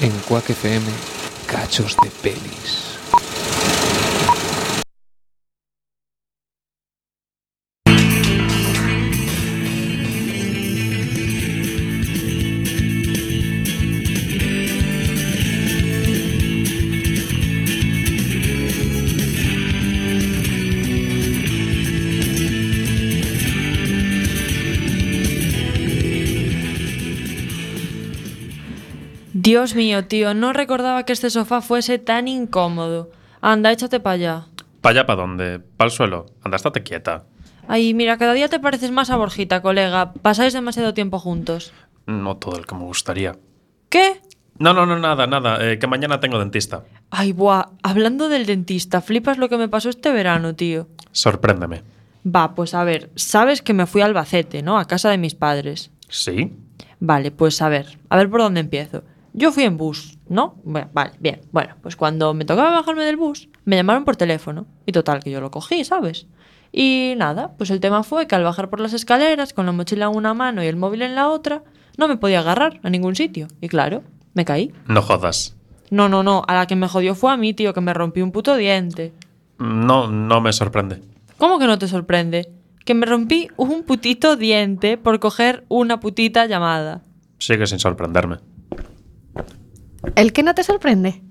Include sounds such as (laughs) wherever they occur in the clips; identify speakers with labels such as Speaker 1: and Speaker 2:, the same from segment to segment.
Speaker 1: En Quack FM, cachos de pelis.
Speaker 2: Dios mío, tío, no recordaba que este sofá fuese tan incómodo. Anda, échate para allá.
Speaker 3: ¿Para allá para dónde? ¿Para el suelo? Anda, estate quieta.
Speaker 2: Ay, mira, cada día te pareces más a Borjita, colega. Pasáis demasiado tiempo juntos.
Speaker 3: No todo el que me gustaría.
Speaker 2: ¿Qué?
Speaker 3: No, no, no, nada, nada, eh, que mañana tengo dentista.
Speaker 2: Ay, buah, hablando del dentista, flipas lo que me pasó este verano, tío.
Speaker 3: Sorpréndeme.
Speaker 2: Va, pues a ver, sabes que me fui a Albacete, ¿no? A casa de mis padres.
Speaker 3: ¿Sí?
Speaker 2: Vale, pues a ver, a ver por dónde empiezo. Yo fui en bus, ¿no? Bueno, vale, bien. Bueno, pues cuando me tocaba bajarme del bus, me llamaron por teléfono. Y total, que yo lo cogí, ¿sabes? Y nada, pues el tema fue que al bajar por las escaleras, con la mochila en una mano y el móvil en la otra, no me podía agarrar a ningún sitio. Y claro, me caí.
Speaker 3: No jodas.
Speaker 2: No, no, no, a la que me jodió fue a mí, tío, que me rompí un puto diente.
Speaker 3: No, no me sorprende.
Speaker 2: ¿Cómo que no te sorprende? Que me rompí un putito diente por coger una putita llamada.
Speaker 3: Sigue sin sorprenderme.
Speaker 4: ¿El que no te sorprende?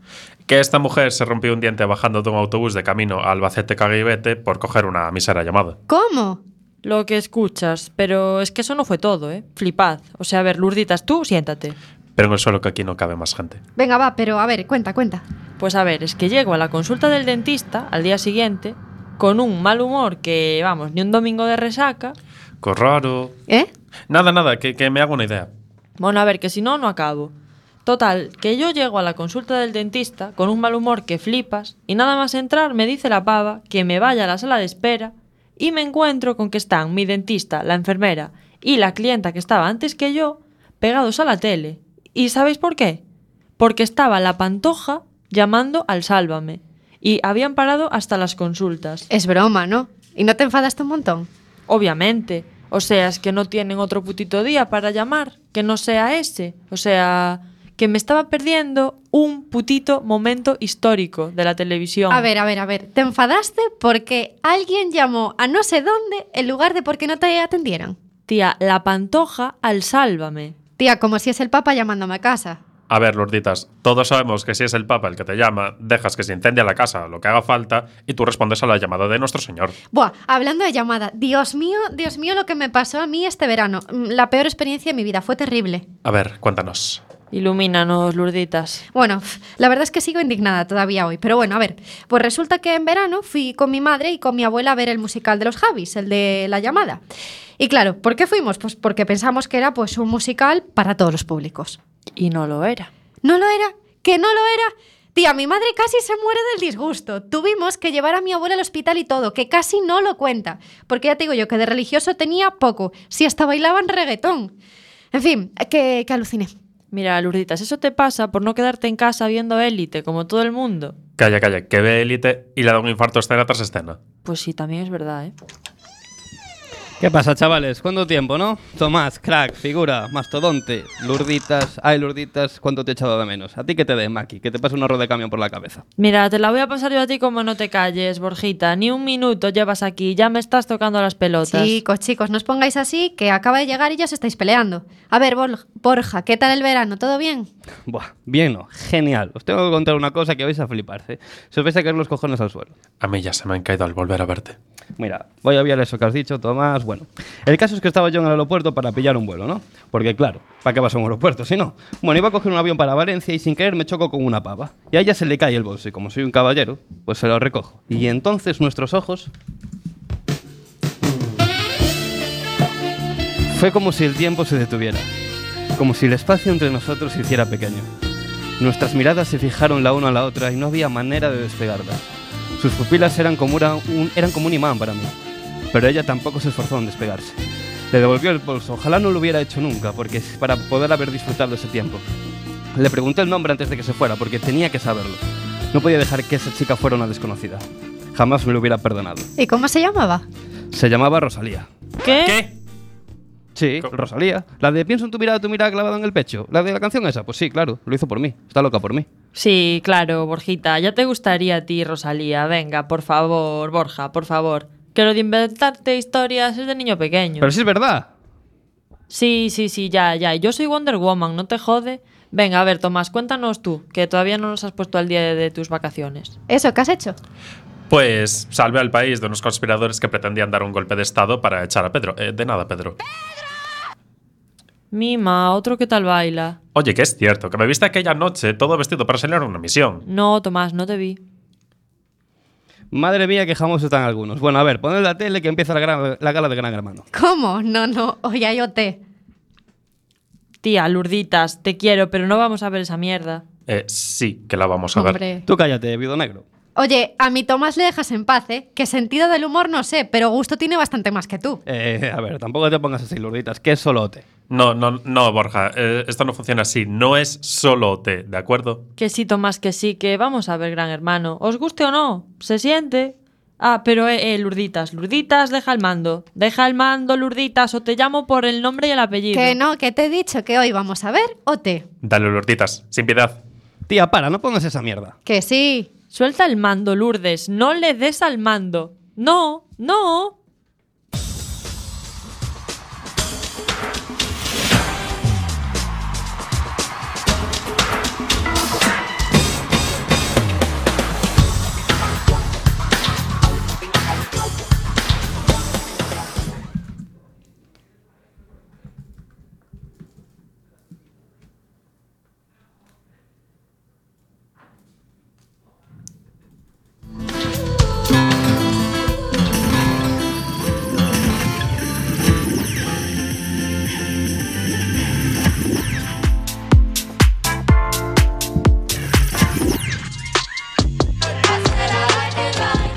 Speaker 3: Que esta mujer se rompió un diente bajando de un autobús de camino a Albacete Caguibete por coger una misera llamada.
Speaker 4: ¿Cómo?
Speaker 2: Lo que escuchas, pero es que eso no fue todo, ¿eh? Flipad. O sea, a ver, Lurditas, tú siéntate.
Speaker 3: Pero en el suelo que aquí no cabe más gente.
Speaker 4: Venga, va, pero a ver, cuenta, cuenta.
Speaker 2: Pues a ver, es que llego a la consulta del dentista al día siguiente con un mal humor que, vamos, ni un domingo de resaca.
Speaker 3: Qué raro.
Speaker 4: ¿Eh?
Speaker 3: Nada, nada, que, que me hago una idea.
Speaker 2: Bueno, a ver, que si no, no acabo. Total, que yo llego a la consulta del dentista con un mal humor que flipas y nada más entrar me dice la pava que me vaya a la sala de espera y me encuentro con que están mi dentista, la enfermera y la clienta que estaba antes que yo pegados a la tele. ¿Y sabéis por qué? Porque estaba la pantoja llamando al sálvame y habían parado hasta las consultas.
Speaker 4: Es broma, ¿no? ¿Y no te enfadaste un montón?
Speaker 2: Obviamente, o sea, es que no tienen otro putito día para llamar que no sea ese. O sea, que me estaba perdiendo un putito momento histórico de la televisión.
Speaker 4: A ver, a ver, a ver. ¿Te enfadaste porque alguien llamó a no sé dónde en lugar de porque no te atendieran?
Speaker 2: Tía, la pantoja al sálvame.
Speaker 4: Tía, como si es el papa llamándome a casa.
Speaker 3: A ver, Lorditas, todos sabemos que si es el Papa el que te llama, dejas que se incendie la casa, lo que haga falta, y tú respondes a la llamada de nuestro Señor.
Speaker 4: Buah, hablando de llamada, Dios mío, Dios mío, lo que me pasó a mí este verano. Mm, La peor experiencia de mi vida, fue terrible.
Speaker 3: A ver, cuéntanos.
Speaker 2: Ilumínanos, Lurditas.
Speaker 4: Bueno, pf, la verdad es que sigo indignada todavía hoy, pero bueno, a ver, pues resulta que en verano fui con mi madre y con mi abuela a ver el musical de los Javis, el de La llamada. Y claro, ¿por qué fuimos? Pues porque pensamos que era pues un musical para todos los públicos.
Speaker 2: Y no lo era.
Speaker 4: No lo era, que no lo era. Tía, mi madre casi se muere del disgusto. Tuvimos que llevar a mi abuela al hospital y todo, que casi no lo cuenta. Porque ya te digo yo que de religioso tenía poco, si hasta bailaban reggaetón. En fin, que, que aluciné.
Speaker 2: Mira, Lurditas, eso te pasa por no quedarte en casa viendo élite como todo el mundo.
Speaker 3: Calla, calla, que ve élite y le da un infarto escena tras escena.
Speaker 2: Pues sí, también es verdad, ¿eh?
Speaker 5: ¿Qué pasa, chavales? ¿Cuánto tiempo, no? Tomás, crack, figura, mastodonte, lurditas, ay, lurditas, ¿cuánto te he echado de menos? ¿A ti que te dé, Maki? Que te pase un horror de camión por la cabeza.
Speaker 2: Mira, te la voy a pasar yo a ti como no te calles, Borjita. Ni un minuto llevas aquí, ya me estás tocando las pelotas.
Speaker 4: Chicos, chicos, no os pongáis así, que acaba de llegar y ya os estáis peleando. A ver, Bor- Borja, ¿qué tal el verano? ¿Todo bien?
Speaker 5: Buah, bien, no, genial. Os tengo que contar una cosa que vais a fliparse. Se os vais a caer los cojones al suelo.
Speaker 3: A mí ya se me han caído al volver a verte.
Speaker 5: Mira, voy a obviar eso que has dicho, Tomás. Bueno, el caso es que estaba yo en el aeropuerto para pillar un vuelo, ¿no? Porque claro, ¿para qué vas a un aeropuerto si no? Bueno, iba a coger un avión para Valencia y sin querer me choco con una pava. Y a ella se le cae el bolso y como soy un caballero, pues se lo recojo. Y entonces nuestros ojos... Fue como si el tiempo se detuviera, como si el espacio entre nosotros se hiciera pequeño. Nuestras miradas se fijaron la una a la otra y no había manera de despegarlas. Sus pupilas eran como, una- un, eran como un imán para mí, pero ella tampoco se esforzó en despegarse. Le devolvió el bolso, ojalá no lo hubiera hecho nunca, porque es para poder haber disfrutado ese tiempo. Le pregunté el nombre antes de que se fuera, porque tenía que saberlo. No podía dejar que esa chica fuera una desconocida. Jamás me lo hubiera perdonado.
Speaker 4: ¿Y cómo se llamaba?
Speaker 5: Se llamaba Rosalía.
Speaker 2: ¿Qué?
Speaker 3: ¿Qué?
Speaker 5: Sí,
Speaker 3: Co-
Speaker 5: Rosalía. La de pienso en tu mirada, tu mirada clavada en el pecho. La de la canción esa, pues sí, claro, lo hizo por mí. Está loca por mí.
Speaker 2: Sí, claro, Borjita, ya te gustaría a ti, Rosalía. Venga, por favor, Borja, por favor. Que lo de inventarte historias es de niño pequeño.
Speaker 5: Pero sí es verdad.
Speaker 2: Sí, sí, sí, ya, ya. Yo soy Wonder Woman, no te jode. Venga, a ver, Tomás, cuéntanos tú, que todavía no nos has puesto al día de, de tus vacaciones.
Speaker 4: ¿Eso qué has hecho?
Speaker 3: Pues salve al país de unos conspiradores que pretendían dar un golpe de estado para echar a Pedro. Eh, de nada, Pedro.
Speaker 2: Mima, otro que tal baila.
Speaker 3: Oye, que es cierto, que me viste aquella noche todo vestido para salir a una misión.
Speaker 2: No, Tomás, no te vi.
Speaker 5: Madre mía, que jamosos están algunos. Bueno, a ver, poned la tele que empieza la, gran- la gala de Gran Hermano.
Speaker 4: ¿Cómo? No, no, hoy hay OT.
Speaker 2: Tía, Lurditas, te quiero, pero no vamos a ver esa mierda.
Speaker 3: Eh, sí, que la vamos a ver.
Speaker 4: Hombre.
Speaker 5: Tú cállate, viudo negro.
Speaker 4: Oye, a mi Tomás le dejas en paz, ¿eh? Que sentido del humor no sé, pero gusto tiene bastante más que tú.
Speaker 5: Eh, a ver, tampoco te pongas así, Lurditas, que es solote.
Speaker 3: No, no, no, Borja, eh, esto no funciona así. No es solo té, ¿de acuerdo?
Speaker 2: Que sí, Tomás, que sí, que vamos a ver, gran hermano. ¿Os guste o no? ¿Se siente? Ah, pero eh, eh, Lurditas, Lurditas, deja el mando. Deja el mando, Lurditas, o te llamo por el nombre y el apellido.
Speaker 4: Que no, que te he dicho que hoy vamos a ver OT.
Speaker 3: Dale, Lurditas, sin piedad.
Speaker 5: Tía, para, no pongas esa mierda.
Speaker 4: Que sí.
Speaker 2: Suelta el mando, Lourdes, no le des al mando. No, no.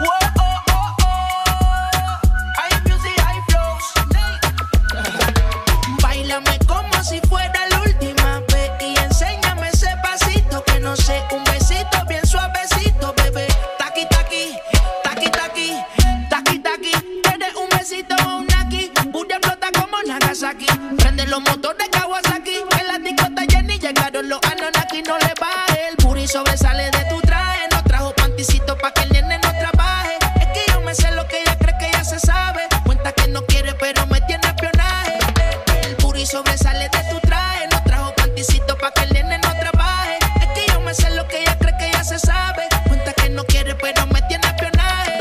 Speaker 6: Wow, oh, oh, oh. Hay music, hay flows. Bailame como si fuera la última vez y enséñame ese pasito que no sé, un besito bien suavecito, bebé. Taqui taqui, taqui taqui, taqui taqui. Eres un besito o un aquí, una flota como Nagasaki. Prende los motores Kawasaki, en la discota Jenny llegaron los Anonaki, no le va el puri sobresale de tu traje, no trajo panticito pa que el nene no trabaje. Es que yo me sé lo que ella cree que ya se sabe. Cuenta que no quiere, pero me tiene espionaje. El puri sobresale de tu traje. No trajo panticito pa' que el nene no trabaje. Es que yo me sé lo que ella cree que ya se sabe. Cuenta que no quiere, pero me tiene espionaje.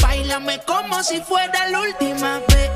Speaker 6: Bailame como si fuera la última vez.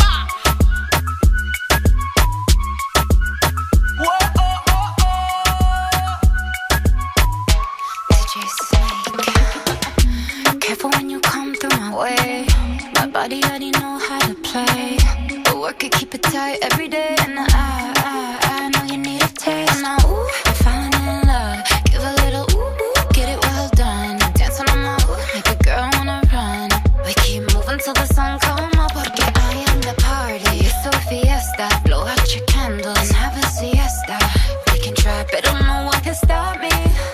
Speaker 6: Wow, oh, oh, oh.
Speaker 7: Did you snake? Careful when you come through my way. My body already know how to play. But work it, keep it tight every day. And I, I, I know you need a taste. Now, ooh, I'm falling in love. Give a little ooh, ooh, get it well done. Dance on the move, make a girl wanna run. We keep moving till the sun come up. Porque I am the party. It's a fiesta. Blow out your candles and have a siesta. We can try, but don't know what can stop me.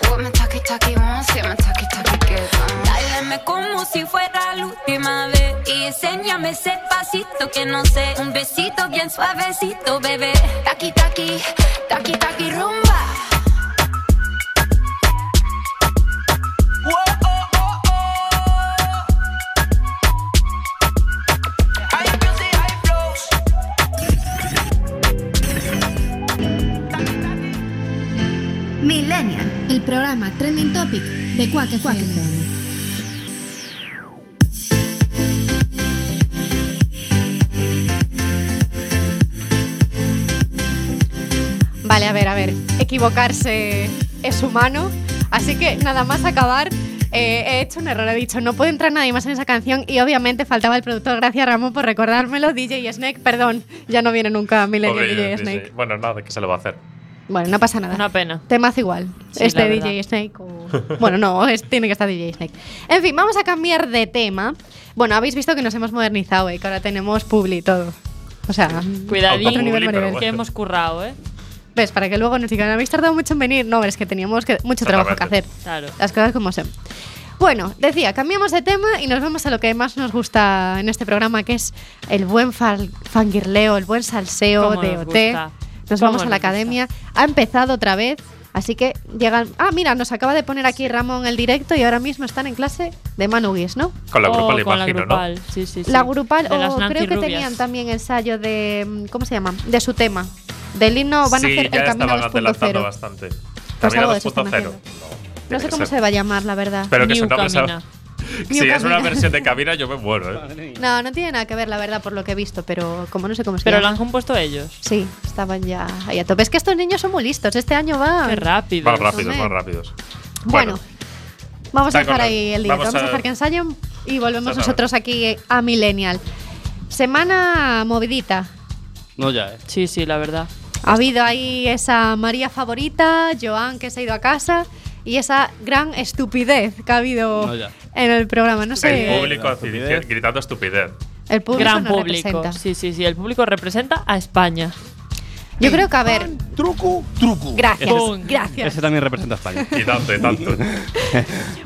Speaker 7: What my talkie talkie wants, yeah, my talkie talkie uh. gives.
Speaker 8: Dáleme como si fuera la última vez y enséñame ese pasito que no sé. Un besito bien suavecito, bebé.
Speaker 7: Taki taki, taki taki rumba.
Speaker 6: Wow, oh, oh, oh. Hay music, hay flows.
Speaker 9: Millennial, el programa Trending Topic de Quack FM.
Speaker 4: a ver, a ver. Equivocarse es humano. Así que nada más acabar, eh, he hecho un error. He dicho, no puede entrar nadie más en esa canción. Y obviamente faltaba el productor. Gracias, Ramón, por recordármelo. DJ Snake, perdón. Ya no viene nunca Millennial
Speaker 3: Pobre
Speaker 4: DJ
Speaker 3: DJ.
Speaker 4: Snake.
Speaker 3: Bueno, nada, que se lo va a hacer.
Speaker 4: Bueno, no pasa nada.
Speaker 2: Una pena.
Speaker 4: Temazo igual.
Speaker 2: Sí,
Speaker 4: este
Speaker 2: la verdad.
Speaker 4: DJ Snake. o- Bueno, no, es- tiene que estar DJ Snake. En fin, vamos a cambiar de tema. Bueno, habéis visto que nos hemos modernizado, eh, que ahora tenemos publi y todo. O sea,
Speaker 2: Cuidadín,
Speaker 3: Otro nivel, pero bueno.
Speaker 2: que hemos currado, ¿eh?
Speaker 4: ves, para que luego nos digan, habéis tardado mucho en venir. No, es que teníamos que- mucho trabajo que hacer.
Speaker 3: Totalmente.
Speaker 2: Claro.
Speaker 4: Las cosas como son. Bueno, decía, cambiamos de tema y nos vamos a lo que más nos gusta en este programa, que es el buen fal- fangirleo, el buen salseo
Speaker 2: Cómo
Speaker 4: de
Speaker 2: nos
Speaker 4: OT.
Speaker 2: gusta.
Speaker 4: Nos
Speaker 2: Cómo
Speaker 4: vamos a
Speaker 2: nos
Speaker 4: la
Speaker 2: gusta.
Speaker 4: academia. Ha empezado otra vez, así que llegan. Ah, mira, nos acaba de poner aquí Ramón el directo y ahora mismo están en clase de Manu Guis, ¿no?
Speaker 3: Con la
Speaker 2: O
Speaker 3: grupal,
Speaker 2: con
Speaker 3: imagino,
Speaker 2: la grupal, sí, sí, sí.
Speaker 4: La grupal,
Speaker 2: De
Speaker 4: o
Speaker 2: las Nancy
Speaker 4: creo que
Speaker 2: Rubias.
Speaker 4: tenían también ensayo de. mm, ¿Cómo se llama? De su tema. Del himno
Speaker 3: ¿no?
Speaker 4: van
Speaker 3: sí,
Speaker 4: a hacer
Speaker 3: ya
Speaker 4: el camino
Speaker 3: estaban adelantando
Speaker 4: 2.0.
Speaker 3: bastante.
Speaker 4: Pues
Speaker 3: Camino
Speaker 4: algo de eso están
Speaker 3: 2.0.
Speaker 4: haciendo.
Speaker 3: tiene
Speaker 4: No sé
Speaker 3: que
Speaker 4: cómo
Speaker 3: ser.
Speaker 4: se va a llamar, la verdad.
Speaker 3: Espero que su
Speaker 2: New
Speaker 3: nombre sea.
Speaker 2: Camina.
Speaker 3: Si es
Speaker 4: Camina.
Speaker 3: una versión de Camina, yo me muero, ¿eh?
Speaker 4: No, no tiene nada que ver, la verdad, por lo que he visto, pero como no sé cómo se
Speaker 2: Pero la
Speaker 4: llama.
Speaker 2: han compuesto ellos.
Speaker 4: Sí, estaban ya ahí a tope. Es que estos niños son muy listos. Este año va.
Speaker 2: Qué rápido.
Speaker 3: Más rápidos,
Speaker 4: Hombre.
Speaker 3: más rápidos.
Speaker 4: Bueno, vamos a
Speaker 3: Está
Speaker 4: dejar
Speaker 3: con-
Speaker 4: ahí el directo.
Speaker 3: vamos
Speaker 4: Vamos,
Speaker 3: a-
Speaker 4: a dejar que ensayen y volvemos
Speaker 3: Está
Speaker 4: nosotros aquí a Millennial. Semana movidita.
Speaker 5: No, ya, ¿eh?
Speaker 2: Sí, sí, la verdad.
Speaker 4: Ha habido ahí esa María favorita, Joan que se ha ido a casa y esa gran estupidez que ha habido
Speaker 5: No, ya.
Speaker 4: en el programa. No sé.
Speaker 3: el público
Speaker 5: La
Speaker 3: hace-
Speaker 5: estupidez.
Speaker 3: gritando estupidez.
Speaker 4: el público
Speaker 2: Gran
Speaker 4: nos
Speaker 2: público.
Speaker 4: representa.
Speaker 2: Sí, sí, sí. El público representa a España.
Speaker 4: Yo creo que, a ver. Truco, truco. Gracias.
Speaker 2: Boom.
Speaker 4: Gracias.
Speaker 5: Ese también representa a España.
Speaker 3: Y tanto, y tanto.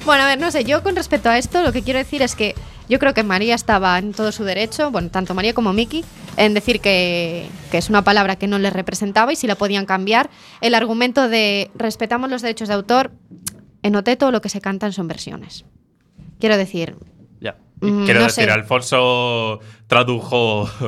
Speaker 4: Bueno, a ver, no sé, yo con respecto a esto lo que quiero decir es que yo creo que María estaba en todo su derecho, bueno, tanto María como Miki, en decir que, que es una palabra que no les representaba y si la podían cambiar. El argumento de respetamos los derechos de autor, en OT todo lo que se cantan son versiones. Quiero decir...
Speaker 5: Ya.
Speaker 4: mm,
Speaker 3: Quiero
Speaker 4: no
Speaker 3: decir,
Speaker 4: sé.
Speaker 3: Alfonso tradujo, (laughs)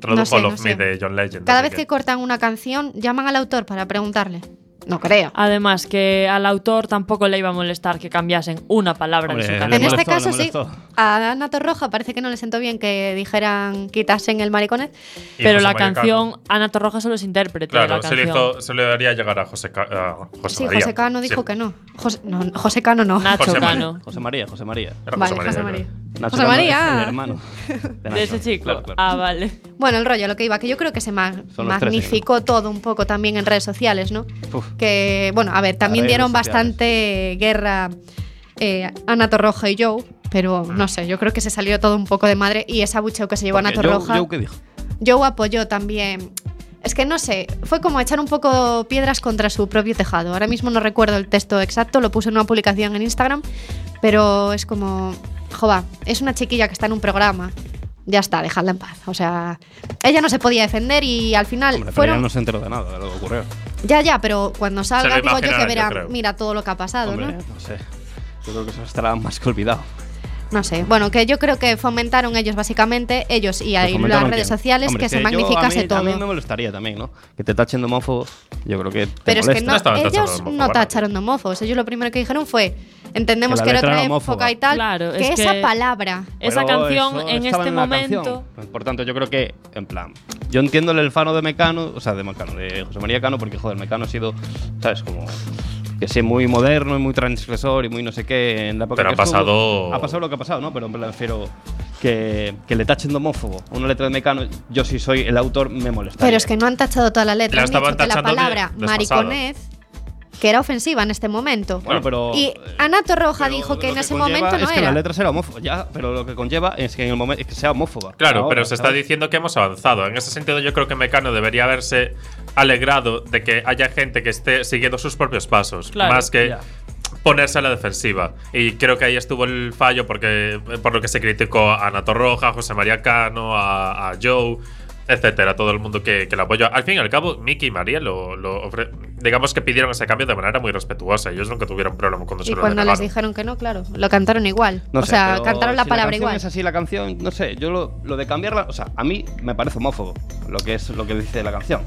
Speaker 3: tradujo
Speaker 4: No sé,
Speaker 3: Love
Speaker 4: no
Speaker 3: Me
Speaker 4: sé.
Speaker 3: de John Legend.
Speaker 4: Cada
Speaker 3: así
Speaker 4: vez que cortan una canción, llaman al autor para preguntarle. No creo.
Speaker 2: Además, que al autor tampoco le iba a molestar que cambiasen una palabra
Speaker 5: Hombre,
Speaker 2: de su
Speaker 5: Le
Speaker 4: En
Speaker 2: canción.
Speaker 5: molestó,
Speaker 4: este caso
Speaker 5: le
Speaker 4: sí,
Speaker 5: molestó.
Speaker 4: a Ana Torroja parece que no le sentó bien que dijeran quitasen el mariconet,
Speaker 3: Y
Speaker 2: Pero
Speaker 3: José
Speaker 2: la
Speaker 3: María
Speaker 2: canción, Ana Torroja solo es intérprete de la
Speaker 3: Claro, se le,
Speaker 2: canción.
Speaker 3: hizo, se le haría llegar a José, Ca- a José
Speaker 4: Sí,
Speaker 3: María.
Speaker 4: José Cano
Speaker 3: Pues Sí.
Speaker 4: dijo que no. José, no, no, José Cano no.
Speaker 2: Nacho
Speaker 3: José María.
Speaker 2: Cano.
Speaker 5: José María, José María.
Speaker 3: Era
Speaker 4: Vale, José
Speaker 3: yo
Speaker 4: María.
Speaker 3: creo.
Speaker 5: Nacho
Speaker 4: José
Speaker 5: Cano
Speaker 4: María.
Speaker 5: es El hermano. De,
Speaker 2: De ese
Speaker 5: Nacho.
Speaker 2: chico.
Speaker 5: Claro, claro.
Speaker 2: Ah, vale.
Speaker 4: Bueno, el rollo, lo que iba, que yo creo que se ma-
Speaker 5: Son los tres,
Speaker 4: magnificó todo un poco también en redes sociales, ¿no?
Speaker 5: Uf.
Speaker 4: Que, bueno, a ver, también
Speaker 5: redes
Speaker 4: dieron
Speaker 5: sociales.
Speaker 4: bastante guerra eh, Ana Torroja y Joe, pero no sé, yo creo que se salió todo un poco de madre y ese abucheo que se llevó Ana
Speaker 5: Ah. Porque Joe-
Speaker 4: Torroja.
Speaker 5: Joe, ¿qué dijo?
Speaker 4: Joe apoyó también. Es que no sé, fue como echar un poco piedras contra su propio tejado. Ahora mismo no recuerdo el texto exacto, lo puse en una publicación en Instagram, pero es como, jova, es una chiquilla que está en un programa. Ya está, dejadla en paz. O sea, ella no se podía defender y al final
Speaker 5: Hombre, pero
Speaker 4: fueron.
Speaker 5: ya no se enteró de nada de lo que ocurrió.
Speaker 4: Ya, ya, pero cuando salga, digo yo que
Speaker 3: imaginarán, yo
Speaker 4: verá,
Speaker 3: creo.
Speaker 4: mira todo lo que ha pasado,
Speaker 5: Hombre,
Speaker 4: ¿no?
Speaker 5: no sé. Yo creo que eso estará más que olvidado.
Speaker 4: No sé. Bueno, que yo creo que fomentaron ellos básicamente, ellos y
Speaker 5: Lo
Speaker 4: ahí las
Speaker 5: comentaron
Speaker 4: redes
Speaker 5: quién.
Speaker 4: sociales,
Speaker 5: Hombre,
Speaker 4: que,
Speaker 5: yo-
Speaker 4: se
Speaker 5: a mí-
Speaker 4: magnificase todo.
Speaker 5: A mí me molestaría también, ¿no? Que te tachen de homófobo, yo creo que te
Speaker 4: Pero es que
Speaker 5: molesta.
Speaker 4: no,
Speaker 3: estaban tachando de
Speaker 4: ellos
Speaker 3: homófobo,
Speaker 4: no
Speaker 3: ¿verdad?
Speaker 4: tacharon de homófobos. Ellos lo primero que dijeron fue, entendemos
Speaker 5: Que la
Speaker 4: que, era
Speaker 5: letra
Speaker 4: otra
Speaker 5: era homófoba.
Speaker 4: época y tal,
Speaker 2: Claro,
Speaker 4: que
Speaker 2: es que-
Speaker 4: esa palabra...
Speaker 2: Esa
Speaker 5: Pero
Speaker 2: canción
Speaker 5: eso
Speaker 2: en
Speaker 5: estaba
Speaker 2: este
Speaker 5: la
Speaker 2: momento.
Speaker 5: canción. Pues, Por tanto, yo creo que, en plan, yo entiendo el elfano de Mecano, o sea, de Mecano, de José María Cano, porque, joder, Mecano ha sido, ¿sabes? Como que sí, muy moderno y muy transgresor y muy no sé qué en la época
Speaker 3: Pero
Speaker 5: que
Speaker 3: ha pasado-
Speaker 5: estuvo. Ha pasado lo que ha pasado, ¿no? Pero en plan, pero que, que le tachen de homófobo a una letra de Mecano, yo si soy el autor me molesta.
Speaker 4: Pero es que no han tachado toda la letra.
Speaker 3: La
Speaker 4: han dicho
Speaker 3: estaban
Speaker 4: que la
Speaker 3: tachando de
Speaker 4: palabra
Speaker 3: desfasada.
Speaker 4: mariconez, que era ofensiva en este momento.
Speaker 5: Bueno, pero-
Speaker 4: y Ana Torroja
Speaker 5: Pero
Speaker 4: dijo que
Speaker 5: lo
Speaker 4: en ese
Speaker 5: conlleva
Speaker 4: momento no
Speaker 5: es que
Speaker 4: era.
Speaker 5: la letra será homófoba, ya, pero lo que conlleva es que en el momento es que sea homófoba.
Speaker 3: Claro,
Speaker 5: Ahora,
Speaker 3: pero se está
Speaker 5: ¿sabes?
Speaker 3: diciendo que hemos avanzado. En ese sentido, yo creo que Mecano debería haberse alegrado de que haya gente que esté siguiendo sus propios pasos,
Speaker 2: Claro.
Speaker 3: más que
Speaker 5: Ya.
Speaker 3: ponerse a la defensiva. Y creo que ahí estuvo el fallo porque por lo que se criticó a Nato Roja, a José María Cano, a, a Joe, etcétera, todo el mundo que, que lo apoyó. Al fin y al cabo, Mickey y María lo, lo ofre- digamos que pidieron ese cambio de manera muy respetuosa. Ellos nunca tuvieron problema
Speaker 5: Pues
Speaker 3: cuando se
Speaker 4: Y
Speaker 3: lo
Speaker 4: cuando les
Speaker 3: denegaron.
Speaker 4: dijeron que no, claro, lo cantaron igual.
Speaker 5: No
Speaker 4: o
Speaker 5: sé,
Speaker 4: sea,
Speaker 5: pero
Speaker 4: cantaron la
Speaker 5: si
Speaker 4: palabra
Speaker 5: canción
Speaker 4: igual.
Speaker 5: Es así la canción, no sé, yo lo, lo de cambiarla, o sea, a mí me parece homófobo lo que es lo que dice la canción.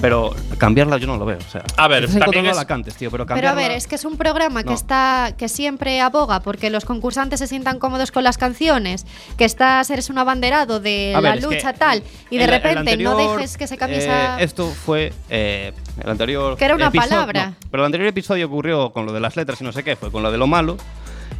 Speaker 5: Pero cambiarla yo no lo veo, o sea.
Speaker 3: A ver,
Speaker 5: si estás
Speaker 3: también
Speaker 5: encontrando
Speaker 3: es-
Speaker 5: la cantes, tío, pero
Speaker 4: Pero a
Speaker 5: cambiarla.
Speaker 4: ver, es que es un programa que
Speaker 5: No.
Speaker 4: está que siempre aboga porque los concursantes se sientan cómodos con las canciones, que estás eres un abanderado de
Speaker 5: A
Speaker 4: la
Speaker 5: ver, es que
Speaker 4: lucha tal y de
Speaker 5: el- el
Speaker 4: repente no
Speaker 5: anterior,
Speaker 4: dejes que se cambie
Speaker 5: eh,
Speaker 4: esa
Speaker 5: esto fue eh, El anterior
Speaker 4: Que era una
Speaker 5: episodio-
Speaker 4: palabra.
Speaker 5: no, pero el anterior episodio ocurrió con lo de las letras y no sé qué, fue con lo de lo malo